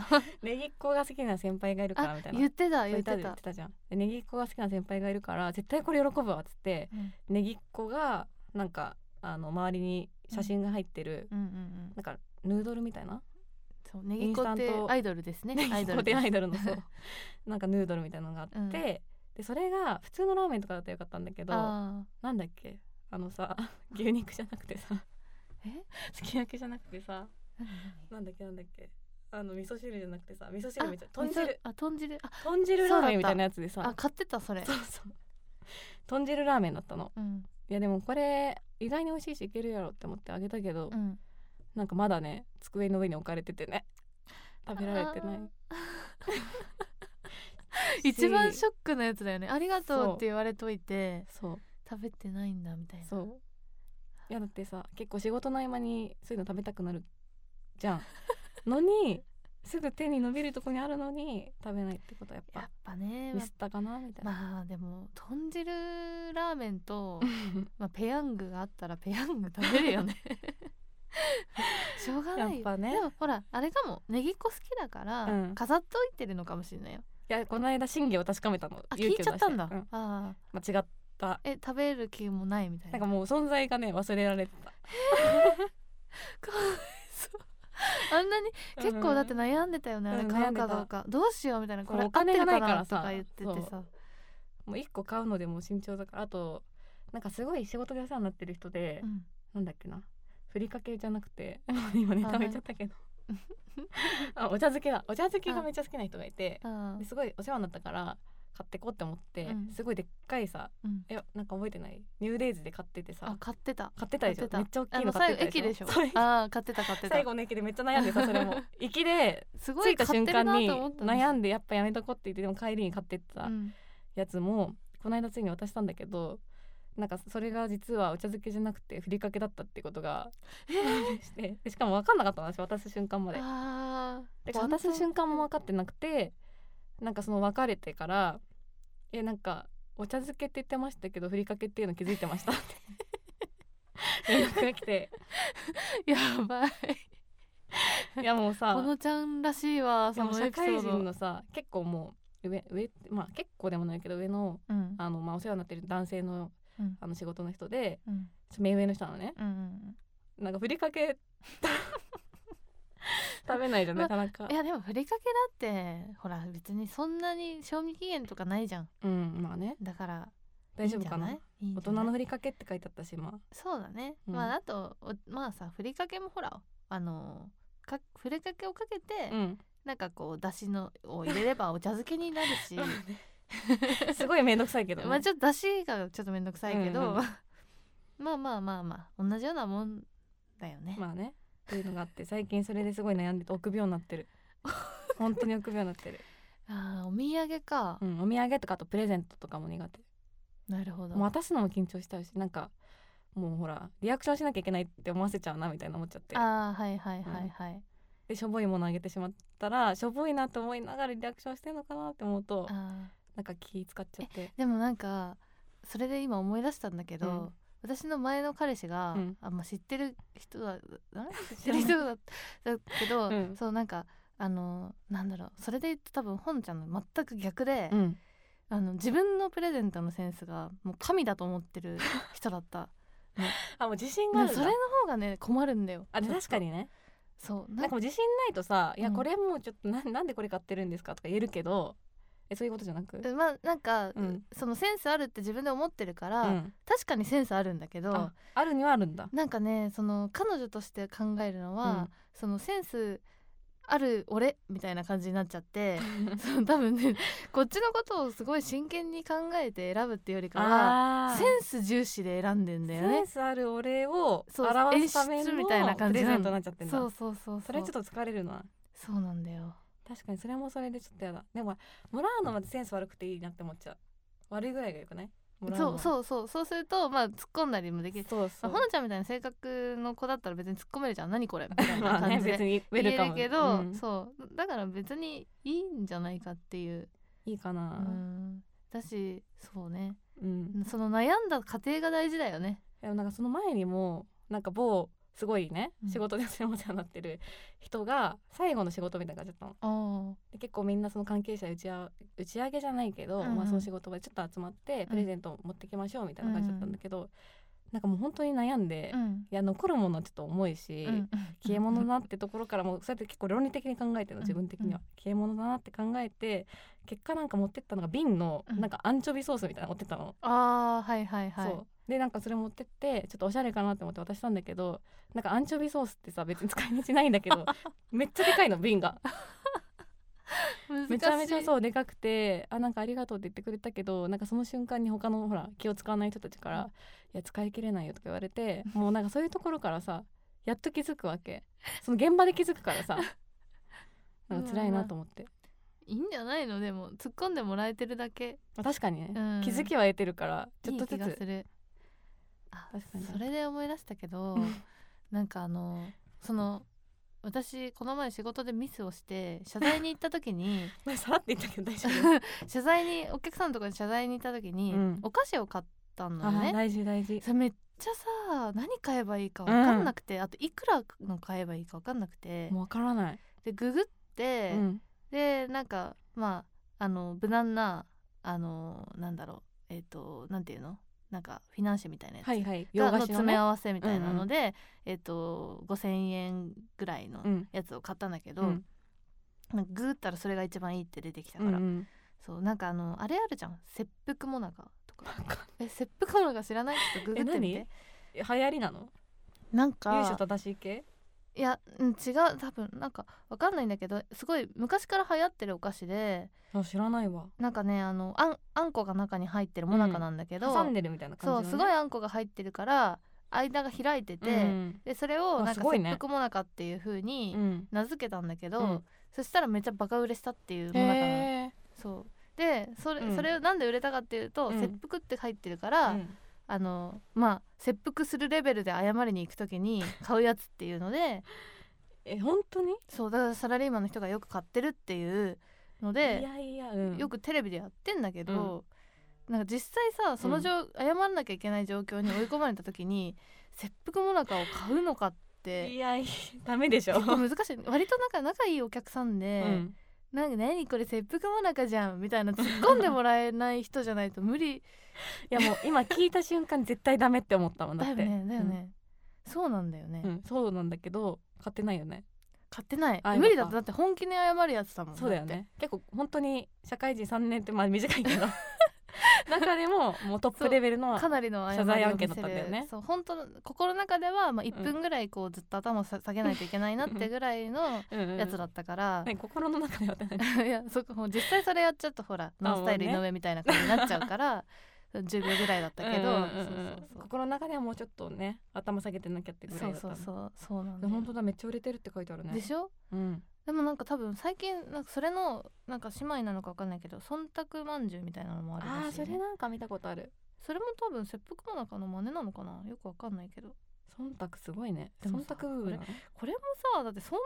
Speaker 2: ネギっ子が好きな先輩がいるからみたいな
Speaker 1: 言ってた
Speaker 2: そう
Speaker 1: 言
Speaker 2: 言
Speaker 1: っ
Speaker 2: ってた
Speaker 1: て
Speaker 2: 言ったてたじゃんでネギっ子が好きな先輩がいるから絶対これ喜ぶわっつって
Speaker 1: うん
Speaker 2: ネギっ子がなんかあの周りに写真が入ってる、
Speaker 1: うんうんうん
Speaker 2: なんかヌードルみたいな
Speaker 1: そうネギっ子っ
Speaker 2: イン
Speaker 1: て
Speaker 2: スタント
Speaker 1: アイドルですねア
Speaker 2: ア
Speaker 1: イ
Speaker 2: イ
Speaker 1: ドル
Speaker 2: ドル
Speaker 1: です
Speaker 2: アイドル
Speaker 1: *laughs*
Speaker 2: のそうなんかヌードルみたいなのがあって、
Speaker 1: うん
Speaker 2: でそれが普通のラーメンとかだったらよかったんだけど
Speaker 1: あ
Speaker 2: なんだっけあのさ牛肉じゃなくてさ
Speaker 1: え
Speaker 2: すき焼きじゃなくてさ
Speaker 1: ー
Speaker 2: なんだっけなんだっけあの味噌汁じゃなくてさ味噌
Speaker 1: あ
Speaker 2: 汁みたいな豚汁
Speaker 1: あ豚汁あ
Speaker 2: 豚汁ラーメンみたいなやつで
Speaker 1: あ
Speaker 2: さ
Speaker 1: 買ってたそれ
Speaker 2: *laughs* そうそう豚汁ラーメンだったの
Speaker 1: うん
Speaker 2: いやでもこれ意外に美味しいしいけるやろって思ってあげたけど、
Speaker 1: うん
Speaker 2: なんかまだね机の上に置かれててね食べられてない *laughs* し
Speaker 1: 一番ショックなやつだよねありがとうって言われといて
Speaker 2: そう
Speaker 1: 食べてないんだみたいな
Speaker 2: そういやだってさ結構仕事の合間にそういうの食べたくなるじゃ
Speaker 1: *laughs*
Speaker 2: んのにすぐ手に伸びるとこにあるのに食べないってことはやっ
Speaker 1: やっ
Speaker 2: ぱ
Speaker 1: ぱね
Speaker 2: ミスったかなみたいな、
Speaker 1: まあでも豚汁ラーメンとまあペヤングがあったらペヤング食べる
Speaker 2: *laughs*
Speaker 1: よねしょうがないよ
Speaker 2: やっぱね
Speaker 1: でもほらあれかもネギっ子好きだから、
Speaker 2: うん
Speaker 1: 飾っておいてるのかもしれないよ
Speaker 2: いやこの間真偽を確かめたの
Speaker 1: あ聞
Speaker 2: 勇
Speaker 1: い
Speaker 2: 気を
Speaker 1: ちゃったんだ、
Speaker 2: 出して
Speaker 1: ああ
Speaker 2: うん間違った
Speaker 1: え食べる気もないみたい
Speaker 2: な
Speaker 1: なん
Speaker 2: かもう存在がね忘れられてた
Speaker 1: かわいそう *laughs* あんなに結構だって
Speaker 2: うん
Speaker 1: 悩んでたよね、あれ
Speaker 2: うん
Speaker 1: 買
Speaker 2: 悩
Speaker 1: うん
Speaker 2: で
Speaker 1: か
Speaker 2: た
Speaker 1: どうかどうしようみたいな
Speaker 2: そ
Speaker 1: こ
Speaker 2: う
Speaker 1: れ
Speaker 2: お金
Speaker 1: 合
Speaker 2: が
Speaker 1: ってる
Speaker 2: ないからさ
Speaker 1: とか言っててさ
Speaker 2: もう一個買うのでもう慎重だからあとなんかすごい仕事でお世話になってる人で、
Speaker 1: うん
Speaker 2: なんだっけなふりかけじゃなくて *laughs* 今ね
Speaker 1: あ
Speaker 2: 食べちゃったけどあお茶漬けだお茶漬けがめっちゃ好きな人がいて
Speaker 1: ああ
Speaker 2: ですごいお世話になったから買ってこうって思って、
Speaker 1: うん
Speaker 2: すごいでっかいさ
Speaker 1: うん
Speaker 2: えなんか覚えてないニューデイズで買ってて
Speaker 1: あ
Speaker 2: さ
Speaker 1: 買ってた
Speaker 2: 買ってたでし
Speaker 1: 買っ
Speaker 2: ょ
Speaker 1: てた
Speaker 2: めっちゃ大き
Speaker 1: あ
Speaker 2: い
Speaker 1: の
Speaker 2: の
Speaker 1: 最
Speaker 2: 買っ
Speaker 1: 後
Speaker 2: て
Speaker 1: 駅
Speaker 2: た
Speaker 1: で
Speaker 2: で
Speaker 1: し
Speaker 2: し
Speaker 1: ょ
Speaker 2: ょ
Speaker 1: ああ買ってた買ってた
Speaker 2: *laughs* 最後の駅でめっちゃ悩んでさそれも行きです
Speaker 1: *laughs* ご
Speaker 2: 着
Speaker 1: い
Speaker 2: いた
Speaker 1: 買っ
Speaker 2: 瞬
Speaker 1: てる
Speaker 2: 間
Speaker 1: な
Speaker 2: に
Speaker 1: と思った
Speaker 2: 悩
Speaker 1: で
Speaker 2: んでやっぱやめとこうって言ってでも帰りに買ってった、
Speaker 1: うん
Speaker 2: やつもこの間ついに渡したんだけどなんかそれが実はお茶漬けじゃなくてふりかけだったってことが、して *laughs* でしかも分かんなかったの私渡す瞬間まで
Speaker 1: あ
Speaker 2: で
Speaker 1: あ
Speaker 2: 渡す瞬間も分
Speaker 1: か
Speaker 2: かってなくてなんかその別れてから「えなんかお茶漬けって言ってましたけどふりかけっていうの気づいて
Speaker 1: *laughs*
Speaker 2: ました」って連絡が来て
Speaker 1: やばい
Speaker 2: いやもう
Speaker 1: こ
Speaker 2: さ
Speaker 1: のちゃんらしいわ
Speaker 2: で
Speaker 1: そ
Speaker 2: も
Speaker 1: の
Speaker 2: 社
Speaker 1: エピソード
Speaker 2: 会人のさ結構もう上上ってまあ結構でもないけど上の
Speaker 1: うん
Speaker 2: あの、まあ、お世話になってる男性の
Speaker 1: うん
Speaker 2: あの仕事の人で
Speaker 1: うん
Speaker 2: ちょっと目上の人なのね
Speaker 1: うん
Speaker 2: なんかふりかけ *laughs* 食べないじゃん
Speaker 1: まあ
Speaker 2: なかなか
Speaker 1: いやでもふりかけだってほら別にそんなに賞味期限とかないじゃん
Speaker 2: うんまあね
Speaker 1: だから
Speaker 2: 大丈夫かない
Speaker 1: いんじゃいいんじ
Speaker 2: 大
Speaker 1: ゃ
Speaker 2: 人
Speaker 1: ない
Speaker 2: のふりかけって書いてあったしま
Speaker 1: そうだね、
Speaker 2: うん
Speaker 1: まああとおまあさふりかけもほらあのかふりかけをかけ
Speaker 2: あ
Speaker 1: て、
Speaker 2: うん
Speaker 1: なんかこうだしのを入れればお茶漬けになる
Speaker 2: *laughs*
Speaker 1: し
Speaker 2: すごい面倒くさいけど、
Speaker 1: *laughs*
Speaker 2: ね、
Speaker 1: まあちょっとだしがちょっと面倒くさいけど、
Speaker 2: うんうん
Speaker 1: *laughs* まあまあまあまあ同じようなもんだよね、
Speaker 2: まあねっていうのがあって最近それですごい悩んでて臆病になって
Speaker 1: *laughs*
Speaker 2: る本当に臆病になってる、
Speaker 1: あーお土産か
Speaker 2: う、ん、お土産とかあとプレゼントとかも苦手
Speaker 1: なるほど
Speaker 2: もう渡すのも緊張しちゃうしなんかもうほらリアクションしなきゃいけないって思わせちゃうなみたいな思っちゃって
Speaker 1: あーはいはいはいはい、
Speaker 2: でしょぼいものあげてしまったらしょぼいなと思いながらリアクションしてんのかなって思うと
Speaker 1: あ
Speaker 2: なんか気使っちゃって
Speaker 1: ーでもなんかそれで今思い出したんだけど、
Speaker 2: うん
Speaker 1: 私の前の彼氏が、
Speaker 2: うん
Speaker 1: あまあ、知ってる人はあ知っ
Speaker 2: 知
Speaker 1: て
Speaker 2: らな
Speaker 1: る
Speaker 2: い
Speaker 1: 人だったけど、
Speaker 2: うん
Speaker 1: そうなんかあのなんだろうそれで言うと多分本ちゃんの全く逆で、
Speaker 2: うん
Speaker 1: あの自分のプレゼントのセンスがもう神だと思ってる人だ
Speaker 2: *laughs*
Speaker 1: った、
Speaker 2: あもう自信があ
Speaker 1: ね、
Speaker 2: るん
Speaker 1: そ
Speaker 2: だ
Speaker 1: れの方がね困るんだよ
Speaker 2: あで
Speaker 1: ちょっと
Speaker 2: 確かにね
Speaker 1: そう
Speaker 2: なんかもう自信ないとさ「いや
Speaker 1: うん
Speaker 2: これもうちょっと *laughs* ななんでこれ買ってるんですか?」とか言えるけどえそういうことじゃなく
Speaker 1: うんまあなんか、
Speaker 2: うん
Speaker 1: そのセンスあるって自分で思ってるから、
Speaker 2: うん
Speaker 1: 確かにセンスあるんだけど
Speaker 2: ああるにはあるんだ
Speaker 1: なんかねその彼女として考えるのは、そのセンスある俺みたいな感じになっちゃ
Speaker 2: *laughs*
Speaker 1: ってその多分ねこっちのことをすごい真剣に考えて選ぶっていうよりかは
Speaker 2: あー
Speaker 1: センス重視で選んでんだよ
Speaker 2: セ
Speaker 1: ね
Speaker 2: ンスある俺を
Speaker 1: そう
Speaker 2: 表すため
Speaker 1: 演出
Speaker 2: の
Speaker 1: みたいな感じ
Speaker 2: プレ
Speaker 1: な
Speaker 2: ゼ
Speaker 1: の
Speaker 2: ントになっちゃってんだ
Speaker 1: そうそうそうう
Speaker 2: それはちょっと疲れるな
Speaker 1: そうなんだよ
Speaker 2: 確かにそれもそれでちょっとやだでももらうのまでセンス悪くていいなって思っちゃう悪いぐらいがよくないもらうの
Speaker 1: そう
Speaker 2: は
Speaker 1: そうそうそうするとまあ突っ込んだりもできる
Speaker 2: そうそ
Speaker 1: まあ
Speaker 2: う
Speaker 1: ほのちゃんみたいな性格の子だったら別に突っ込めるじゃん何これみたいな
Speaker 2: まあね
Speaker 1: 感じ
Speaker 2: 別
Speaker 1: で
Speaker 2: にウ
Speaker 1: 言
Speaker 2: ェル
Speaker 1: え
Speaker 2: カ
Speaker 1: る
Speaker 2: ム
Speaker 1: けど、
Speaker 2: うん
Speaker 1: そうだから別にいいんじゃないかっていう、
Speaker 2: いいか
Speaker 1: う
Speaker 2: な、
Speaker 1: ん、だしそうね
Speaker 2: うん
Speaker 1: その悩んだ過程が大事だよね
Speaker 2: でもなんかその前にもなんか某すごいね
Speaker 1: うん
Speaker 2: 仕事でお世話になってる人が最後の仕事みたいな感じだったの
Speaker 1: あ
Speaker 2: で結構みんなその関係者打ちあ打ち上げじゃないけど、
Speaker 1: うんうん
Speaker 2: まあ、その仕事場でちょっと集まってプレゼントを持ってきましょうみたいな感じだったんだけど、なんかもう本当に悩んで、
Speaker 1: あ、う
Speaker 2: い
Speaker 1: ん、
Speaker 2: や残るものはちょっと重いし、
Speaker 1: うん
Speaker 2: 消え物だなってところからもうそうやって結構論理的に考えてるの自分的には、
Speaker 1: う
Speaker 2: 消え物だなって考えて結果なんか持ってったのが瓶の
Speaker 1: うん
Speaker 2: なんかアンチョビソースみたいなの持ってったの、
Speaker 1: *laughs* あーはいはいはい
Speaker 2: そうでなんかそれ持ってってちょっとおしゃれかなって思って渡したんだけどなんかアンチョビソースってさ別に使い道ないんだ
Speaker 1: *laughs*
Speaker 2: けどめっちゃでかいの瓶が
Speaker 1: 難しい
Speaker 2: めちゃめちゃそうでかくてあなんかありがとうって言ってくれたけどなんかその瞬間に他のほら気を使わない人たちから「いや使い切れないよ」とか言われてもうなんかそういうところからさやっと気づくわけその現場で気づくか
Speaker 1: *laughs*
Speaker 2: らさなんか辛いなと思って、
Speaker 1: いいんじゃないのでも突っ込んでもらえてるだけ
Speaker 2: まあ確かにね、
Speaker 1: うん
Speaker 2: 気づきは得てるからちょ
Speaker 1: い
Speaker 2: っ
Speaker 1: い
Speaker 2: とず
Speaker 1: 気が
Speaker 2: つ
Speaker 1: するあ
Speaker 2: 確かに
Speaker 1: それで思い出したけど
Speaker 2: うん
Speaker 1: なんかあのその私この前仕事でミスをして謝罪に行った時
Speaker 2: *laughs*
Speaker 1: に
Speaker 2: まあさらって言ったけど大丈
Speaker 1: *laughs*
Speaker 2: 夫
Speaker 1: 謝罪にお客さんのところに謝罪に行った時に、
Speaker 2: うん
Speaker 1: お菓子を買ったの
Speaker 2: あー
Speaker 1: ね
Speaker 2: 大事大 *laughs* 事
Speaker 1: それめっちゃさ何買えばいいか分かんなくて、あといくらの買えばいいか分かんなくて
Speaker 2: もうわからない、
Speaker 1: でググって、
Speaker 2: うん
Speaker 1: でなんかまああの無難なあのなんだろうえっ、となんていうのなんかフィナンシェみたいなやつ、
Speaker 2: はいはい
Speaker 1: が
Speaker 2: 洋
Speaker 1: の
Speaker 2: 菓子の
Speaker 1: 詰め
Speaker 2: ね
Speaker 1: 合わせみたいなので、えっ、と5,000円ぐらいの
Speaker 2: うん
Speaker 1: やつを買ったんだけど、
Speaker 2: うんうん
Speaker 1: なんかググったらそれが一番いいって出てきた
Speaker 2: う
Speaker 1: から、
Speaker 2: ん
Speaker 1: そうなんかあのあれあるじゃん切腹もなかと
Speaker 2: わ
Speaker 1: か
Speaker 2: かんない
Speaker 1: え切腹もなか知らないちょっとググってみ
Speaker 2: え
Speaker 1: て
Speaker 2: 流行りなの
Speaker 1: なん
Speaker 2: 由
Speaker 1: か
Speaker 2: 緒正しい系
Speaker 1: いや、うん、違う多分なんかわかんないんだけどすごい昔から流行ってるお菓子で
Speaker 2: あ知らないわ
Speaker 1: なんかねあのあんあんこが中に入ってるもなかなんだけど、
Speaker 2: 挟んでるみたいな
Speaker 1: そ
Speaker 2: 感
Speaker 1: う
Speaker 2: じ
Speaker 1: す
Speaker 2: の、ね、
Speaker 1: ごいあんこが入ってるから間が開いてて、
Speaker 2: うん
Speaker 1: でそれを
Speaker 2: あ
Speaker 1: なん
Speaker 2: す
Speaker 1: か
Speaker 2: ごい
Speaker 1: 切
Speaker 2: ね
Speaker 1: 腹もなかっていう風
Speaker 2: う
Speaker 1: に
Speaker 2: ん
Speaker 1: 名付けたんだけど、
Speaker 2: うん
Speaker 1: そしたらめっちゃバカ売れしたっていうもなかなの
Speaker 2: へ
Speaker 1: そうでそれ,、
Speaker 2: うん
Speaker 1: それをなんで売れたかっていうと、
Speaker 2: うん
Speaker 1: 切腹って入ってるから、あのまあ切腹するレベルで謝りに行く時に買うやつっていうので
Speaker 2: え本当に
Speaker 1: そうだからサラリーマンの人がよく買ってるっていうの
Speaker 2: い
Speaker 1: で
Speaker 2: やいや、うん、
Speaker 1: よくテレビでやってんだけど、なんか実際さその状、謝らなきゃいけない状況に追い込まれた時に *laughs* 切腹もなかを買うのかっ
Speaker 2: い
Speaker 1: て
Speaker 2: やいやダメでしょ、
Speaker 1: 結構難しい割となんか仲いいお客さん
Speaker 2: う
Speaker 1: で、
Speaker 2: ん、
Speaker 1: なんか何これ切腹もなかじゃんみたいな突っ込んでもらえない人じゃないと無
Speaker 2: *laughs*
Speaker 1: 理
Speaker 2: いやもう今聞いた瞬間絶対ダメって思ったもんだ
Speaker 1: だ
Speaker 2: っ
Speaker 1: よ
Speaker 2: て
Speaker 1: ねだよね、そうなんだよね、
Speaker 2: うん、うんそうなんだけど買ってないよね
Speaker 1: 買ってない
Speaker 2: あよかった
Speaker 1: 無理だってだって本気で謝るやつだもん
Speaker 2: そうだよね結構本当に社会人3年ってまあ短いけど *laughs* 中でももうトップレベル
Speaker 1: だっ
Speaker 2: の
Speaker 1: てかなりの謝
Speaker 2: 謝
Speaker 1: り
Speaker 2: 罪
Speaker 1: を
Speaker 2: 案
Speaker 1: 見せ
Speaker 2: 件
Speaker 1: る
Speaker 2: だったんだよね
Speaker 1: そう本当の心の中ではまあ1
Speaker 2: うん
Speaker 1: 分ぐらいこうずっと頭をさ下げないといけないなってぐらいのやつだ
Speaker 2: っ
Speaker 1: ったから、
Speaker 2: 心の中ではってない
Speaker 1: *laughs* いやそこもう実際それやっちゃうとほらノンスタイル井
Speaker 2: もうね
Speaker 1: 上みたいな感じになっちゃうから10秒ぐ *laughs* らいだったけど
Speaker 2: う
Speaker 1: そ
Speaker 2: ん
Speaker 1: う
Speaker 2: うんうん
Speaker 1: そう
Speaker 2: 心の中ではもうちょっとね頭下げてなきゃってぐ
Speaker 1: そ
Speaker 2: らいうだっ
Speaker 1: そ
Speaker 2: た
Speaker 1: うそうそ
Speaker 2: の
Speaker 1: うそうなん
Speaker 2: で
Speaker 1: だ
Speaker 2: も
Speaker 1: よ
Speaker 2: 本当だめっちゃ売れてるって書いてあるね
Speaker 1: でしょ
Speaker 2: うん
Speaker 1: でもなんか多分最近なんかそれのなんか姉妹なのかわかんないけど忖度まんじゅうみたいなのもあるらしい、ね、
Speaker 2: あーそれなんか見たことある
Speaker 1: それも多分切腹もなかの真似なのかなよくわかんないけど
Speaker 2: 忖度すごいね
Speaker 1: でもさ
Speaker 2: 忖度部分なの
Speaker 1: これもさだって忖度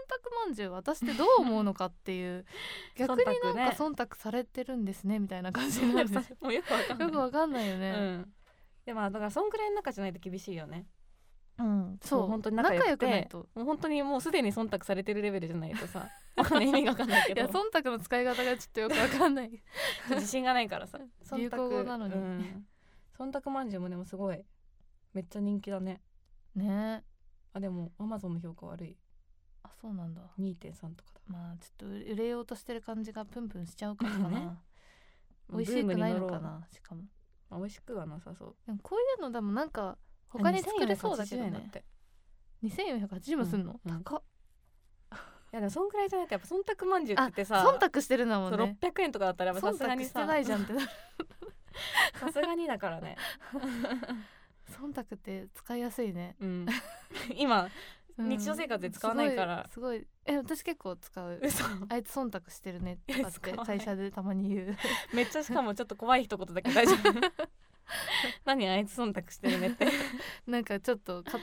Speaker 1: まんじゅう私ってどう思うのかっていう
Speaker 2: *laughs*
Speaker 1: 逆になんか忖度されてるんですねみたいな感じになるよ
Speaker 2: もうよくわかんない
Speaker 1: くわかんないよ
Speaker 2: う
Speaker 1: ね、
Speaker 2: んでもだからそんくらいの仲じゃないと厳しいよね
Speaker 1: うんそう
Speaker 2: もう本当に仲良くて
Speaker 1: ないと
Speaker 2: もう本当にもうすでに忖度されてるレベルじゃないと *laughs* さわかんない意味がわかんないけ
Speaker 1: いや
Speaker 2: どちょ
Speaker 1: 忖度の使い方がちょっとよくわかんない
Speaker 2: *laughs* っと自信がないから *laughs* さ忖度
Speaker 1: 流行語なのに
Speaker 2: うん忖度まんじゅうもでもすごいめっちゃ人気だね
Speaker 1: ね
Speaker 2: あでもアマゾンの評価悪い
Speaker 1: あそうなんだ
Speaker 2: 2.3とかだ
Speaker 1: まあちょっと売れようとしてる感じがプンプンしちゃうからかな、
Speaker 2: ね
Speaker 1: 美味しくないのか
Speaker 2: ブームに乗ろう
Speaker 1: なしかも
Speaker 2: まあ美味しくはなさそう
Speaker 1: でもこういうのでもなんか他に作れそうだけど
Speaker 2: 2480円
Speaker 1: ね
Speaker 2: って
Speaker 1: 2480もすんの、
Speaker 2: うんうん
Speaker 1: 高っ
Speaker 2: いやでもそんくらいじゃないとやっぱ忖度まんじゅうって言ってさ
Speaker 1: 忖度してるんだもん
Speaker 2: そう
Speaker 1: ね
Speaker 2: 600円とかだったらやっぱ
Speaker 1: 忖
Speaker 2: さすが
Speaker 1: 度
Speaker 2: に
Speaker 1: し
Speaker 2: さ
Speaker 1: てないじゃんってなる
Speaker 2: さすがにだか
Speaker 1: *laughs*
Speaker 2: らね、
Speaker 1: 忖度って使いやすいね、
Speaker 2: うん、 *laughs* 今
Speaker 1: うん
Speaker 2: 日常生活で使わないから
Speaker 1: すごいすごいえ私結構使
Speaker 2: *laughs*
Speaker 1: う
Speaker 2: 嘘
Speaker 1: あいつ忖度してるねとかっ
Speaker 2: え
Speaker 1: て
Speaker 2: 使わない
Speaker 1: 会社でたまに言う *laughs*
Speaker 2: めっちゃしかもちょっと怖い一言だけど大丈夫何あいつ忖度してるねって
Speaker 1: なんかちょっとか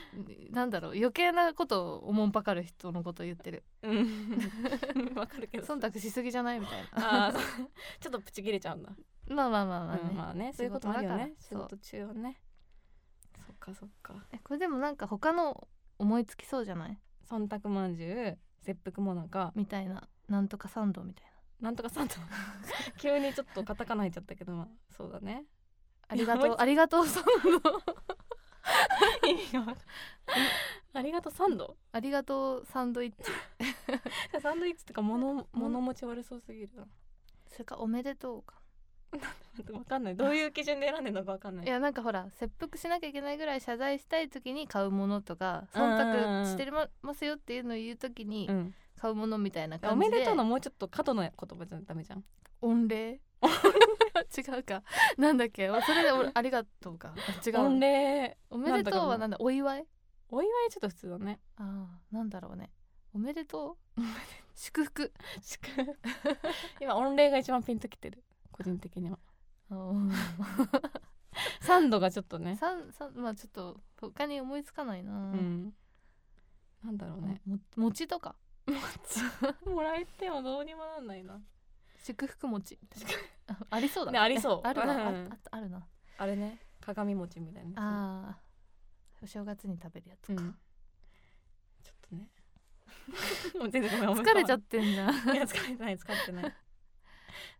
Speaker 1: なんだろう余計なことをおもんぱかる人のこと言ってる *laughs*
Speaker 2: うんわかるけど
Speaker 1: 忖度しすぎじゃないみたいな
Speaker 2: あーそうちょっとプチ切れちゃうんだ、
Speaker 1: まあまあまあまあね、
Speaker 2: うん、まあねそういうこともあるよね
Speaker 1: 仕
Speaker 2: 仕
Speaker 1: 事だから
Speaker 2: 事中はねそっかそっか
Speaker 1: えこれでもなんか他の思いつきそうじゃない
Speaker 2: 忖度まんじゅう切腹もなか
Speaker 1: みたいななんとかサンドみたいな
Speaker 2: なんとかさんと *laughs* 急にちょっとカタカナ入っちゃったけどまあそうだね
Speaker 1: ありが
Speaker 2: *laughs*
Speaker 1: と
Speaker 2: 思
Speaker 1: う
Speaker 2: いつ
Speaker 1: ありがとうサンド
Speaker 2: 意味がわかんないありがとうサンド
Speaker 1: *laughs* ありがとうサンドイッチ
Speaker 2: サンドイッチとか物物持ち悪そうすぎるな
Speaker 1: それかおめでとうか
Speaker 2: わかんないどういう基準で選んでるのかわかんない
Speaker 1: いやなんかほら切腹しなきゃいけないぐらい謝罪したい時に買うものとか
Speaker 2: うんうんうん
Speaker 1: 忖度してまますよっていうのを言う時に
Speaker 2: うん、
Speaker 1: 買うものみたいな
Speaker 2: お
Speaker 1: 感
Speaker 2: め
Speaker 1: じで、
Speaker 2: でとうのもうちょっと過度の言葉じゃダメじゃん
Speaker 1: 御礼 *laughs* 違うか *laughs* なんだっけそれで
Speaker 2: *laughs*
Speaker 1: 俺ありがとうかあ違う
Speaker 2: 御礼
Speaker 1: おめでとうはなんだお祝い
Speaker 2: お祝いちょっと普通だ *laughs* ね
Speaker 1: ああなんだろうねおめでとう *laughs* 祝福
Speaker 2: しか今御礼が一番ピンときてる個人的にはサンドがちょっとね
Speaker 1: さんさんまあちょっと他に思いつかないな、
Speaker 2: うんなんだろうね
Speaker 1: も餅とか
Speaker 2: *laughs* もらえてもどうにもなんないな
Speaker 1: 祝福餅みたいな *laughs* あありそうだ
Speaker 2: ねありそう
Speaker 1: *laughs* えあるなあ
Speaker 2: うん
Speaker 1: ああるな
Speaker 2: あれね鏡餅みたいなや
Speaker 1: あーお正月に食べるや
Speaker 2: つう
Speaker 1: つ
Speaker 2: ん
Speaker 1: か、
Speaker 2: ちょっとね *laughs* もう全然ごめん思い浮か
Speaker 1: 疲
Speaker 2: ば
Speaker 1: れち
Speaker 2: な
Speaker 1: ゃ
Speaker 2: い
Speaker 1: ってんじゃん
Speaker 2: いや疲れてない疲れてない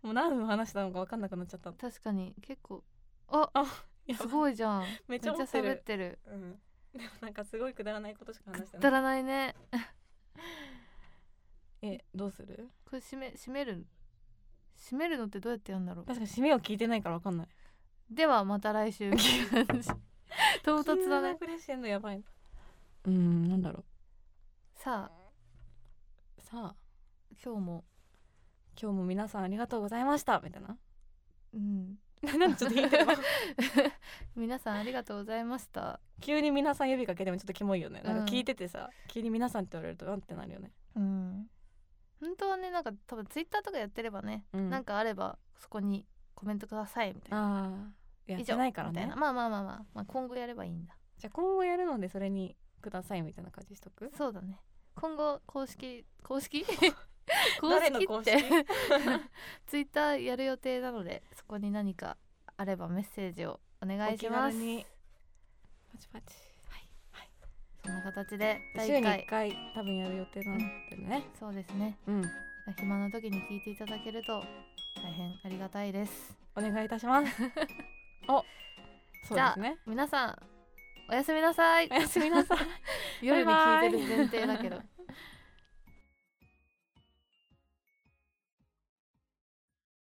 Speaker 2: もう何分話したのか分かんなくなっちゃった
Speaker 1: 確かに結構あ
Speaker 2: やば
Speaker 1: すごいじゃん
Speaker 2: めっちゃ思ってる
Speaker 1: めっちゃ喋ってる
Speaker 2: うんでもなんかすごいくだらないことしか話して
Speaker 1: く
Speaker 2: な
Speaker 1: だ
Speaker 2: い
Speaker 1: らないね
Speaker 2: *laughs* えどうする
Speaker 1: これ締め締める締めるのってどうやってやるんだろう
Speaker 2: 確かに締めを聞いてないから分かんない
Speaker 1: ではまた来
Speaker 2: *laughs*
Speaker 1: 週唐突だ
Speaker 2: 急な *laughs*
Speaker 1: ね
Speaker 2: クレッシェンドやばいなうんなんだろ
Speaker 1: さあ
Speaker 2: うさあ
Speaker 1: 今日も
Speaker 2: 今日も皆さんありがとうございましたみたいな *laughs*
Speaker 1: うん
Speaker 2: なんでちょっと引いてるの
Speaker 1: 皆さんありがとうございました
Speaker 2: 急に皆さん呼びかけてもちょっとキモいよねなん
Speaker 1: うん
Speaker 2: か聞いててさ、急に皆さんって言われるとうんってなるよね
Speaker 1: うん本当はねなんか多分ツイッターとかやってればね、
Speaker 2: うん
Speaker 1: なんかあればそこにコメントくださいみたいな
Speaker 2: ああやってないから
Speaker 1: 以上み
Speaker 2: ね
Speaker 1: たいなまあまあまあまあ、まあ、今後やればいいんだ
Speaker 2: じゃあ今後やるのでそれにくださいみたいな感じしとく
Speaker 1: そうだね今後公式公
Speaker 2: *laughs*
Speaker 1: 式公
Speaker 2: 誰の
Speaker 1: 式
Speaker 2: 公
Speaker 1: っ
Speaker 2: 式
Speaker 1: て *laughs* ツイッターやる予定なのでそこに何かあればメッセージをお願いします
Speaker 2: お気軽にパチパチ
Speaker 1: そんな形で第
Speaker 2: 週に
Speaker 1: 1回
Speaker 2: 1回多分やる予定なのでね
Speaker 1: そうですね
Speaker 2: うん
Speaker 1: 暇な時に聞いていただけると大変ありがたいです
Speaker 2: お願いいたします
Speaker 1: *laughs*
Speaker 2: おそうですね
Speaker 1: 皆さんおやすみなさい
Speaker 2: おやすみなさい
Speaker 1: 夜に
Speaker 2: バイバ
Speaker 1: 聞
Speaker 2: イ
Speaker 1: いてる前提だけど